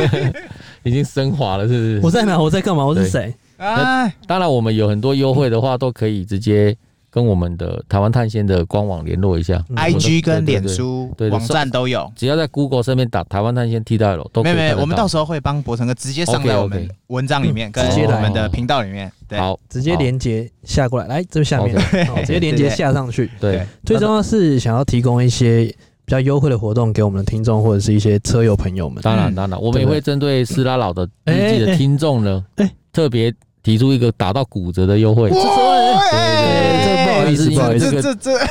Speaker 3: 已经升华了，是不
Speaker 1: 我
Speaker 3: 是？
Speaker 1: 在哪？我在干嘛？我是
Speaker 3: 对
Speaker 1: 谁？
Speaker 2: 哎，
Speaker 3: 当然，我们有很多优惠的话，都可以直接跟我们的台湾探险的官网联络一下。
Speaker 1: 嗯
Speaker 2: IG 跟
Speaker 3: 对对对
Speaker 2: 脸书
Speaker 3: 对对
Speaker 2: 网站都有。
Speaker 3: 只要在 Google 上面打“台湾探险 T 大 L” 都可
Speaker 2: 没
Speaker 3: 以
Speaker 2: 有没
Speaker 3: 看
Speaker 2: 有，
Speaker 3: 得
Speaker 2: 我们到时候会帮博成哥直接上在
Speaker 3: OK，OK
Speaker 2: 我们文章里面，跟
Speaker 1: 直接来
Speaker 2: 我们的频道里面。对，
Speaker 3: 好，
Speaker 1: 直接
Speaker 3: 好
Speaker 1: 连接下过来，来这下面，好直接连接下上去。
Speaker 3: 对
Speaker 1: 最重要是想要提供一些比较优惠的活动给我们的听众或者是一些车友朋友们。
Speaker 3: 当然
Speaker 2: 嗯
Speaker 3: 当然，我们也
Speaker 1: 对
Speaker 3: 会针对斯拉老的第一季
Speaker 1: 哎哎
Speaker 3: 的听众呢
Speaker 1: 哎，
Speaker 3: 特别提出一个打到骨折的优惠。
Speaker 2: 嗯哇
Speaker 3: 对对对这不好意思
Speaker 2: 这
Speaker 1: 不好意思
Speaker 2: 这这这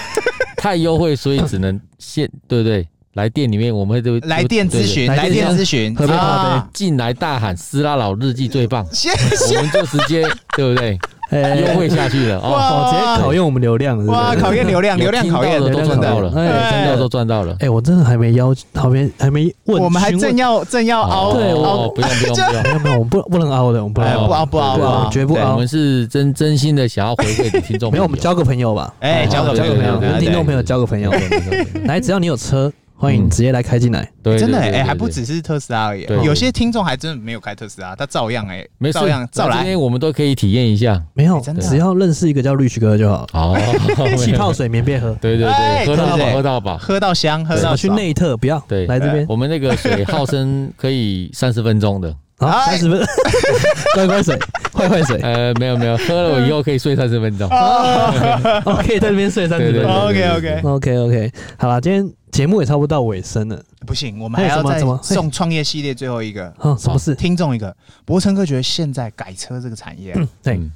Speaker 3: 太优惠，所以只能现对对来店里面，我们会对
Speaker 2: 这来电咨询，
Speaker 1: 对对
Speaker 2: 来电咨询，
Speaker 1: 喝杯咖
Speaker 2: 啊
Speaker 3: 进来大喊“斯拉老日记最棒
Speaker 2: 谢”，
Speaker 3: 我们就直接对不对
Speaker 1: 哎
Speaker 3: 优惠下去了哦。
Speaker 1: 哦，直接考验我们流量，是不
Speaker 2: 哇，
Speaker 1: 是？
Speaker 2: 考验流量，流
Speaker 3: 有
Speaker 2: 量
Speaker 3: 听到
Speaker 2: 考验
Speaker 3: 的都赚到了，
Speaker 1: 哎
Speaker 3: 有听到都赚到了。
Speaker 1: 哎，我真的还没邀，还没还没问，
Speaker 2: 我们还正
Speaker 1: 要，
Speaker 2: 要正要熬，
Speaker 1: 对我
Speaker 2: 熬
Speaker 3: 哦，不用 不用不用
Speaker 1: 没，有没有，我们不不能凹的，我们不能
Speaker 2: 哎
Speaker 1: 凹
Speaker 2: 不
Speaker 1: 的，
Speaker 2: 熬不熬
Speaker 1: 对
Speaker 2: 不
Speaker 1: 啊
Speaker 2: 熬，
Speaker 1: 我绝不
Speaker 2: 对
Speaker 1: 凹
Speaker 3: 我们是真真心的想要回馈给听众朋友，
Speaker 1: 没有，我们交个朋友吧，
Speaker 2: 哎，
Speaker 3: 好
Speaker 2: 交个
Speaker 1: 交
Speaker 2: 朋
Speaker 1: 个
Speaker 2: 友
Speaker 1: 朋友，
Speaker 3: 对对
Speaker 1: 跟
Speaker 3: 对
Speaker 1: 听众朋友交个朋友
Speaker 3: 没。错没错没错
Speaker 1: 来，只要你有车，欢迎
Speaker 3: 嗯
Speaker 1: 直接来开进来。
Speaker 3: 对，
Speaker 2: 真的
Speaker 3: 对
Speaker 2: 哎、还不。
Speaker 3: 对对
Speaker 2: 只是特斯拉而已啊
Speaker 3: 对，对
Speaker 2: 有些听众还真的没有开特斯拉，他照样哎、
Speaker 3: 没事
Speaker 2: 照样，照
Speaker 3: 今
Speaker 2: 来，
Speaker 3: 天我们都可以体验一下。
Speaker 1: 没有，
Speaker 2: 哎真的
Speaker 1: 只要认识一个叫 Rich 哥就好。
Speaker 3: 哦，
Speaker 1: 气泡水免费喝，
Speaker 3: 对对
Speaker 2: 哎
Speaker 3: 对，喝到
Speaker 2: 对对
Speaker 3: 饱，喝到饱。
Speaker 2: 喝到香，喝
Speaker 1: 什
Speaker 2: 到
Speaker 1: 么去
Speaker 2: 爽
Speaker 1: 内特不要，
Speaker 3: 对
Speaker 1: 来
Speaker 3: 哎
Speaker 1: 这边
Speaker 3: 我们那个水号称可以三十分钟的，
Speaker 1: 好
Speaker 2: 哎
Speaker 1: 三十分，乖乖水，坏坏 水，
Speaker 3: 呃，没有没有，喝了我以后可以睡三十分钟。
Speaker 2: 啊
Speaker 1: 哦，可以在这边睡三十
Speaker 3: 对对
Speaker 1: 分钟。哦
Speaker 2: OK
Speaker 3: 对
Speaker 2: OK，
Speaker 3: 对
Speaker 1: OK OK，好啦，今天节目也差不多到尾声了。
Speaker 2: 不行，我们
Speaker 1: 还有
Speaker 2: 还要
Speaker 1: 什么
Speaker 2: 再
Speaker 1: 什么嘿
Speaker 2: 送创业系列最后一个
Speaker 1: 啊，什么事？
Speaker 2: 听众一个。博成哥觉得现在改车这个产业啊
Speaker 1: 对，
Speaker 3: 嗯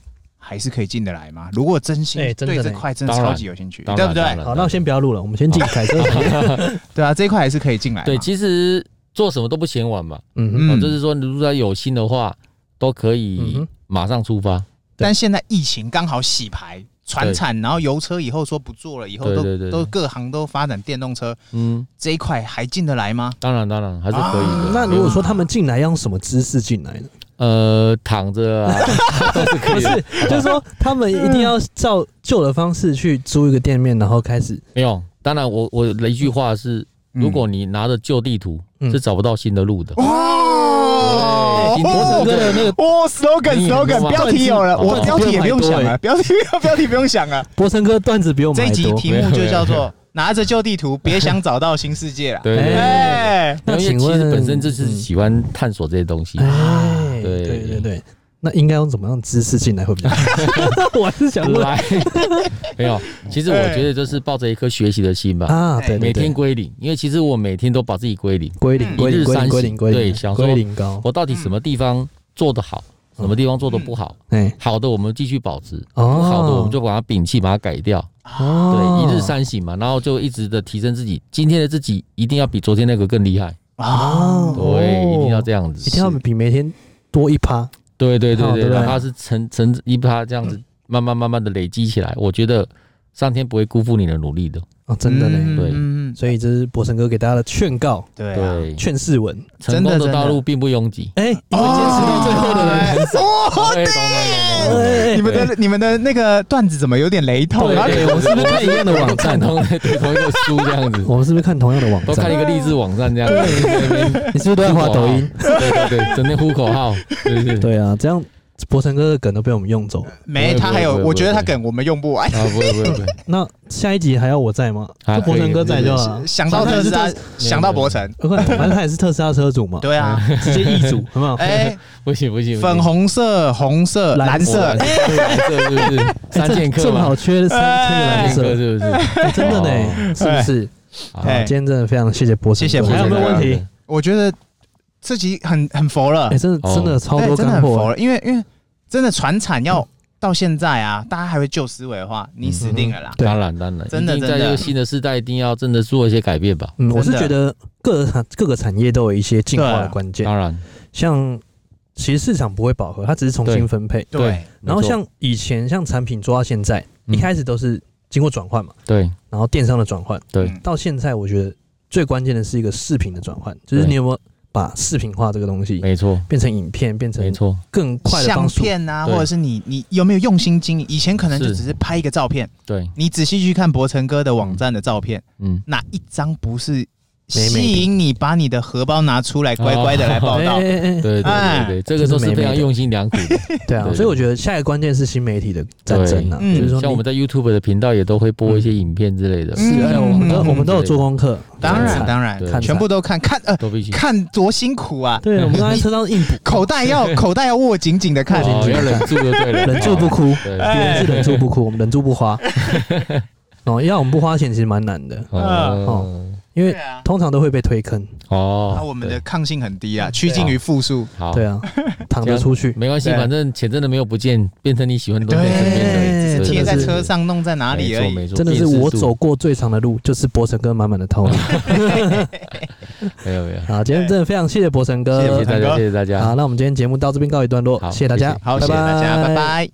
Speaker 2: 还是可以进得来吗？如果真心
Speaker 1: 哎真的
Speaker 2: 对这
Speaker 1: 呢
Speaker 2: 块真的
Speaker 3: 当然
Speaker 2: 超级有兴趣，
Speaker 3: 当
Speaker 2: 对
Speaker 3: 然
Speaker 2: 不对
Speaker 3: 当？然
Speaker 1: 好，那我先不要录了，我们先进凯车产业。
Speaker 2: 对啊，这一块还是可以进来嘛。
Speaker 3: 对，其实做什么都不嫌晚嘛。
Speaker 1: 嗯
Speaker 3: 哦，
Speaker 2: 嗯
Speaker 3: 就是说，如果有心的话，都可
Speaker 1: 嗯
Speaker 3: 以
Speaker 1: 哼
Speaker 3: 马上出发。
Speaker 2: 但现在疫情刚好洗牌，船
Speaker 3: 对
Speaker 2: 产，然后油车以后说不做了，以后
Speaker 3: 对
Speaker 2: 都
Speaker 3: 对对
Speaker 2: 都
Speaker 3: 对
Speaker 2: 各行都发展电动车，
Speaker 3: 嗯，
Speaker 2: 这一块还进得来吗？
Speaker 3: 当然当然还是可以
Speaker 1: 哼
Speaker 3: 的。，
Speaker 1: 啊
Speaker 3: 嗯
Speaker 1: 那如果说他们进来要用什么姿势进来呢？
Speaker 3: 呃躺着啊， 都是可
Speaker 1: 不
Speaker 3: 以的
Speaker 1: 是，就是说他们一定要照旧的方式去租一个店面，然后开始
Speaker 3: 没有。当然我，我的一句话是，
Speaker 2: 嗯
Speaker 3: 如果你拿着旧地图，
Speaker 1: 嗯
Speaker 3: 是找不到新的路的。
Speaker 2: 哦
Speaker 3: 对新博
Speaker 1: 整
Speaker 3: 成
Speaker 1: 个的那个
Speaker 2: 哦，slogan
Speaker 3: 你
Speaker 2: slogan，
Speaker 3: 哇
Speaker 2: 标题有了，
Speaker 3: 段子
Speaker 2: 我标题也不用想
Speaker 3: 欸
Speaker 2: 了，标题标题不用想啊了。
Speaker 1: 博成哥段子比我们
Speaker 2: 这一
Speaker 1: 还
Speaker 2: 集
Speaker 1: 多。
Speaker 2: 题目就叫做“拿着旧地图，别想找到新世界了”。
Speaker 3: 对
Speaker 1: 对对
Speaker 2: 哎，
Speaker 1: 那
Speaker 3: 因为
Speaker 1: 请
Speaker 3: 其
Speaker 1: 问
Speaker 3: 实本身就是喜欢探索这些东西。
Speaker 1: 哎，
Speaker 3: 对
Speaker 1: 对对对，那应该用怎么样的姿势进来会比较好？ 我还是想问
Speaker 3: 来， 没有。其实我觉得就是抱着一颗学习的心吧，
Speaker 1: 啊，对
Speaker 3: 每
Speaker 1: 对
Speaker 3: 天
Speaker 1: 对，
Speaker 3: 归零，因为其实我每天都把自己归零，
Speaker 1: 归零归
Speaker 3: 一
Speaker 1: 零
Speaker 3: 日
Speaker 1: 归
Speaker 3: 三
Speaker 1: 零
Speaker 3: 省
Speaker 1: 归零归
Speaker 3: 对
Speaker 1: 零
Speaker 3: 想说
Speaker 1: 归零高，
Speaker 3: 我到底什么地方做得好，什么地方做得不好，
Speaker 1: 哎
Speaker 3: 好的我们继续保持，
Speaker 1: 哦，
Speaker 3: 不好的我们就把它摒弃，把它改掉。
Speaker 1: 哦，
Speaker 3: 对，一日三省嘛，然后就一直的提升自己，今天的自己一定要比昨天那个更厉害，
Speaker 1: 哦，
Speaker 3: 对，一定要这样子，
Speaker 1: 一定要比每天多一趴，
Speaker 3: 对对对
Speaker 1: 好对不
Speaker 3: 对，
Speaker 1: 对
Speaker 3: 哪怕是成成一趴这样子，慢慢慢慢的累积起来，我觉得上天不会辜负你的努力的。
Speaker 1: 哦，真的嘞。
Speaker 2: 嗯
Speaker 3: 对
Speaker 2: 嗯
Speaker 1: 所以这是博成哥给大家的劝告、
Speaker 2: 对啊，
Speaker 3: 对，
Speaker 1: 劝世文。
Speaker 3: 成
Speaker 2: 真
Speaker 3: 功
Speaker 2: 的真的
Speaker 3: 的道路并不拥挤。
Speaker 1: 哎，因为坚持到最后的人很少。
Speaker 3: 哦，对，懂懂懂懂
Speaker 1: 哎
Speaker 2: 你们的你们的那个段子怎么有点雷同
Speaker 3: 对
Speaker 2: 啊？
Speaker 3: 对
Speaker 1: 我是不是看一样的网
Speaker 3: 看
Speaker 1: 站啊
Speaker 3: 同对同一个书这样子，
Speaker 1: 我们是不是看同样的网
Speaker 3: 都看
Speaker 1: 站？
Speaker 3: 一个励志网站这样子，
Speaker 1: 你是不是都在
Speaker 3: 在
Speaker 1: 滑抖音？？
Speaker 3: 对对对，整天呼口号，对对对。
Speaker 1: 对啊，这样博成哥的梗都被我们用走了。
Speaker 2: 没，
Speaker 3: 不会
Speaker 2: 他还有，
Speaker 3: 不会
Speaker 2: 我觉得
Speaker 3: 不
Speaker 2: 他
Speaker 3: 会
Speaker 2: 梗我们用不哎完。
Speaker 3: 啊，不会不会不会，
Speaker 1: 那下一集还要我在吗？
Speaker 3: 啊
Speaker 1: 就博成哥在就好了。
Speaker 2: 想到
Speaker 1: 他
Speaker 2: 特
Speaker 1: 也
Speaker 2: 斯
Speaker 1: 是
Speaker 2: 拉，想到博成，
Speaker 1: 我看，反正他也是特斯拉车主嘛，
Speaker 2: 对啊，
Speaker 1: 直接易主，好不 好？
Speaker 2: 哎，
Speaker 3: 不行不行，不行
Speaker 2: 粉红色、红色、
Speaker 1: 蓝
Speaker 2: 蓝色
Speaker 3: 蓝，啊色蓝色是不是？
Speaker 1: 哎
Speaker 3: 三剑
Speaker 1: 这
Speaker 3: 客
Speaker 1: 正
Speaker 3: 嘛
Speaker 1: 好，缺了三缺个
Speaker 3: 三
Speaker 1: 蓝
Speaker 3: 剑
Speaker 1: 色，
Speaker 3: 客是
Speaker 2: 嗯
Speaker 1: 哎
Speaker 3: 啊不是？
Speaker 1: 真的呢，是不是？好，
Speaker 2: 哎
Speaker 1: 今天真的非常谢谢博成哥，
Speaker 2: 谢谢博成
Speaker 1: 还
Speaker 2: 哥
Speaker 1: 有没有问题？
Speaker 2: 我觉得这集很很佛了
Speaker 1: 哎，，真的真的超
Speaker 2: 对
Speaker 1: 多
Speaker 2: 真的
Speaker 1: 干
Speaker 2: 很佛
Speaker 1: 货，
Speaker 2: 了，因为因为真的传产要到现在啊，大家还会旧思维的话，你死定了啦。
Speaker 1: 对
Speaker 3: 当然当然，
Speaker 2: 真的
Speaker 3: 一定
Speaker 2: 真
Speaker 3: 在
Speaker 2: 的
Speaker 3: 这个新的时代，一定要真的做一些改变吧。
Speaker 1: 嗯，我是
Speaker 2: 真
Speaker 1: 觉
Speaker 2: 的
Speaker 1: 得各各个产业都有一些进化的关键，
Speaker 3: 当然，
Speaker 1: 像其实市场不会饱和，它只是重新
Speaker 3: 对
Speaker 1: 分配。
Speaker 2: 对，
Speaker 1: 然后
Speaker 3: 没错
Speaker 1: 像以前像产品做到现在，
Speaker 3: 嗯
Speaker 1: 一开始都是经过转换嘛，
Speaker 3: 对
Speaker 1: 然后电商的转换，
Speaker 3: 对
Speaker 2: 嗯
Speaker 1: 到现在我觉得最关键的是一个视频的转换，就是
Speaker 3: 对
Speaker 1: 你有没有把视频化这个东西
Speaker 3: 没错
Speaker 1: 变成影片，变
Speaker 3: 没
Speaker 1: 成
Speaker 3: 错，
Speaker 1: 更快的
Speaker 2: 相
Speaker 1: 方式。
Speaker 2: 片啊，或
Speaker 3: 对
Speaker 2: 者是你你有没有用心经营？以前可能就是只是拍一个照片，
Speaker 3: 对，
Speaker 2: 你仔细去看博成哥的网站的照片，
Speaker 3: 嗯，
Speaker 2: 哪一张不是
Speaker 1: 美美的
Speaker 2: 吸引你把你的荷包拿出来，乖乖的来报
Speaker 1: 哎
Speaker 2: 道？
Speaker 1: 哎 哎哎
Speaker 3: 对对
Speaker 2: 哎
Speaker 3: 对对，这个都是非常用心良苦的。
Speaker 1: 对啊，
Speaker 3: 对
Speaker 1: 所以我觉得下一个关键是新媒体的战争啊，
Speaker 2: 对
Speaker 1: 就是说
Speaker 3: 像
Speaker 1: 你
Speaker 3: 我们在 YouTube 的频道也都会播一些影片之类的，
Speaker 2: 嗯
Speaker 1: 是，哎，我们都
Speaker 2: 嗯
Speaker 1: 我们都有做功课，
Speaker 2: 当
Speaker 1: 看
Speaker 2: 然
Speaker 1: 菜
Speaker 2: 当然，
Speaker 3: 对嗯
Speaker 1: 看
Speaker 2: 全
Speaker 1: 菜
Speaker 2: 部都看看呃
Speaker 3: 都必须。
Speaker 2: 看多辛苦啊！
Speaker 1: 对，我们 刚才车上硬补，
Speaker 2: 口袋要口袋要握紧紧的看，
Speaker 3: 哦，要忍住就对了，
Speaker 1: 忍住不哭，别
Speaker 3: 对。
Speaker 1: 人是忍住不哭，我们忍住不 花。哦，要我们不花钱其实蛮难的，
Speaker 3: 哦
Speaker 1: 因为
Speaker 2: 对啊，
Speaker 1: 通常都会被推坑。
Speaker 3: 哦，
Speaker 2: 那我们的抗性很低啊，趋近于负数。
Speaker 3: 对好，
Speaker 1: 对啊，躺着出 去。
Speaker 3: 没关系，
Speaker 2: 对
Speaker 3: 反正钱真的没有不见，变成你喜欢的东西在身边
Speaker 1: 对
Speaker 3: 而已
Speaker 2: 只
Speaker 1: 真
Speaker 2: 是
Speaker 1: 的
Speaker 2: 贴在
Speaker 1: 是
Speaker 2: 车上，弄在哪里而已。
Speaker 3: 没错，
Speaker 1: 真的
Speaker 3: 没
Speaker 1: 是
Speaker 3: 错
Speaker 1: 我走，过最长的路，就是博成哥满满的套路。
Speaker 3: 没有没有，
Speaker 1: 好，今天真的非常谢谢博成
Speaker 2: 谢
Speaker 3: 谢
Speaker 1: 哥
Speaker 3: 谢。大
Speaker 2: 陈哥
Speaker 3: 家，谢谢大家，
Speaker 1: 好，那我们今天节目到这边告一段落，
Speaker 3: 好
Speaker 1: 谢谢大家，
Speaker 2: 好，谢谢大家，拜。拜。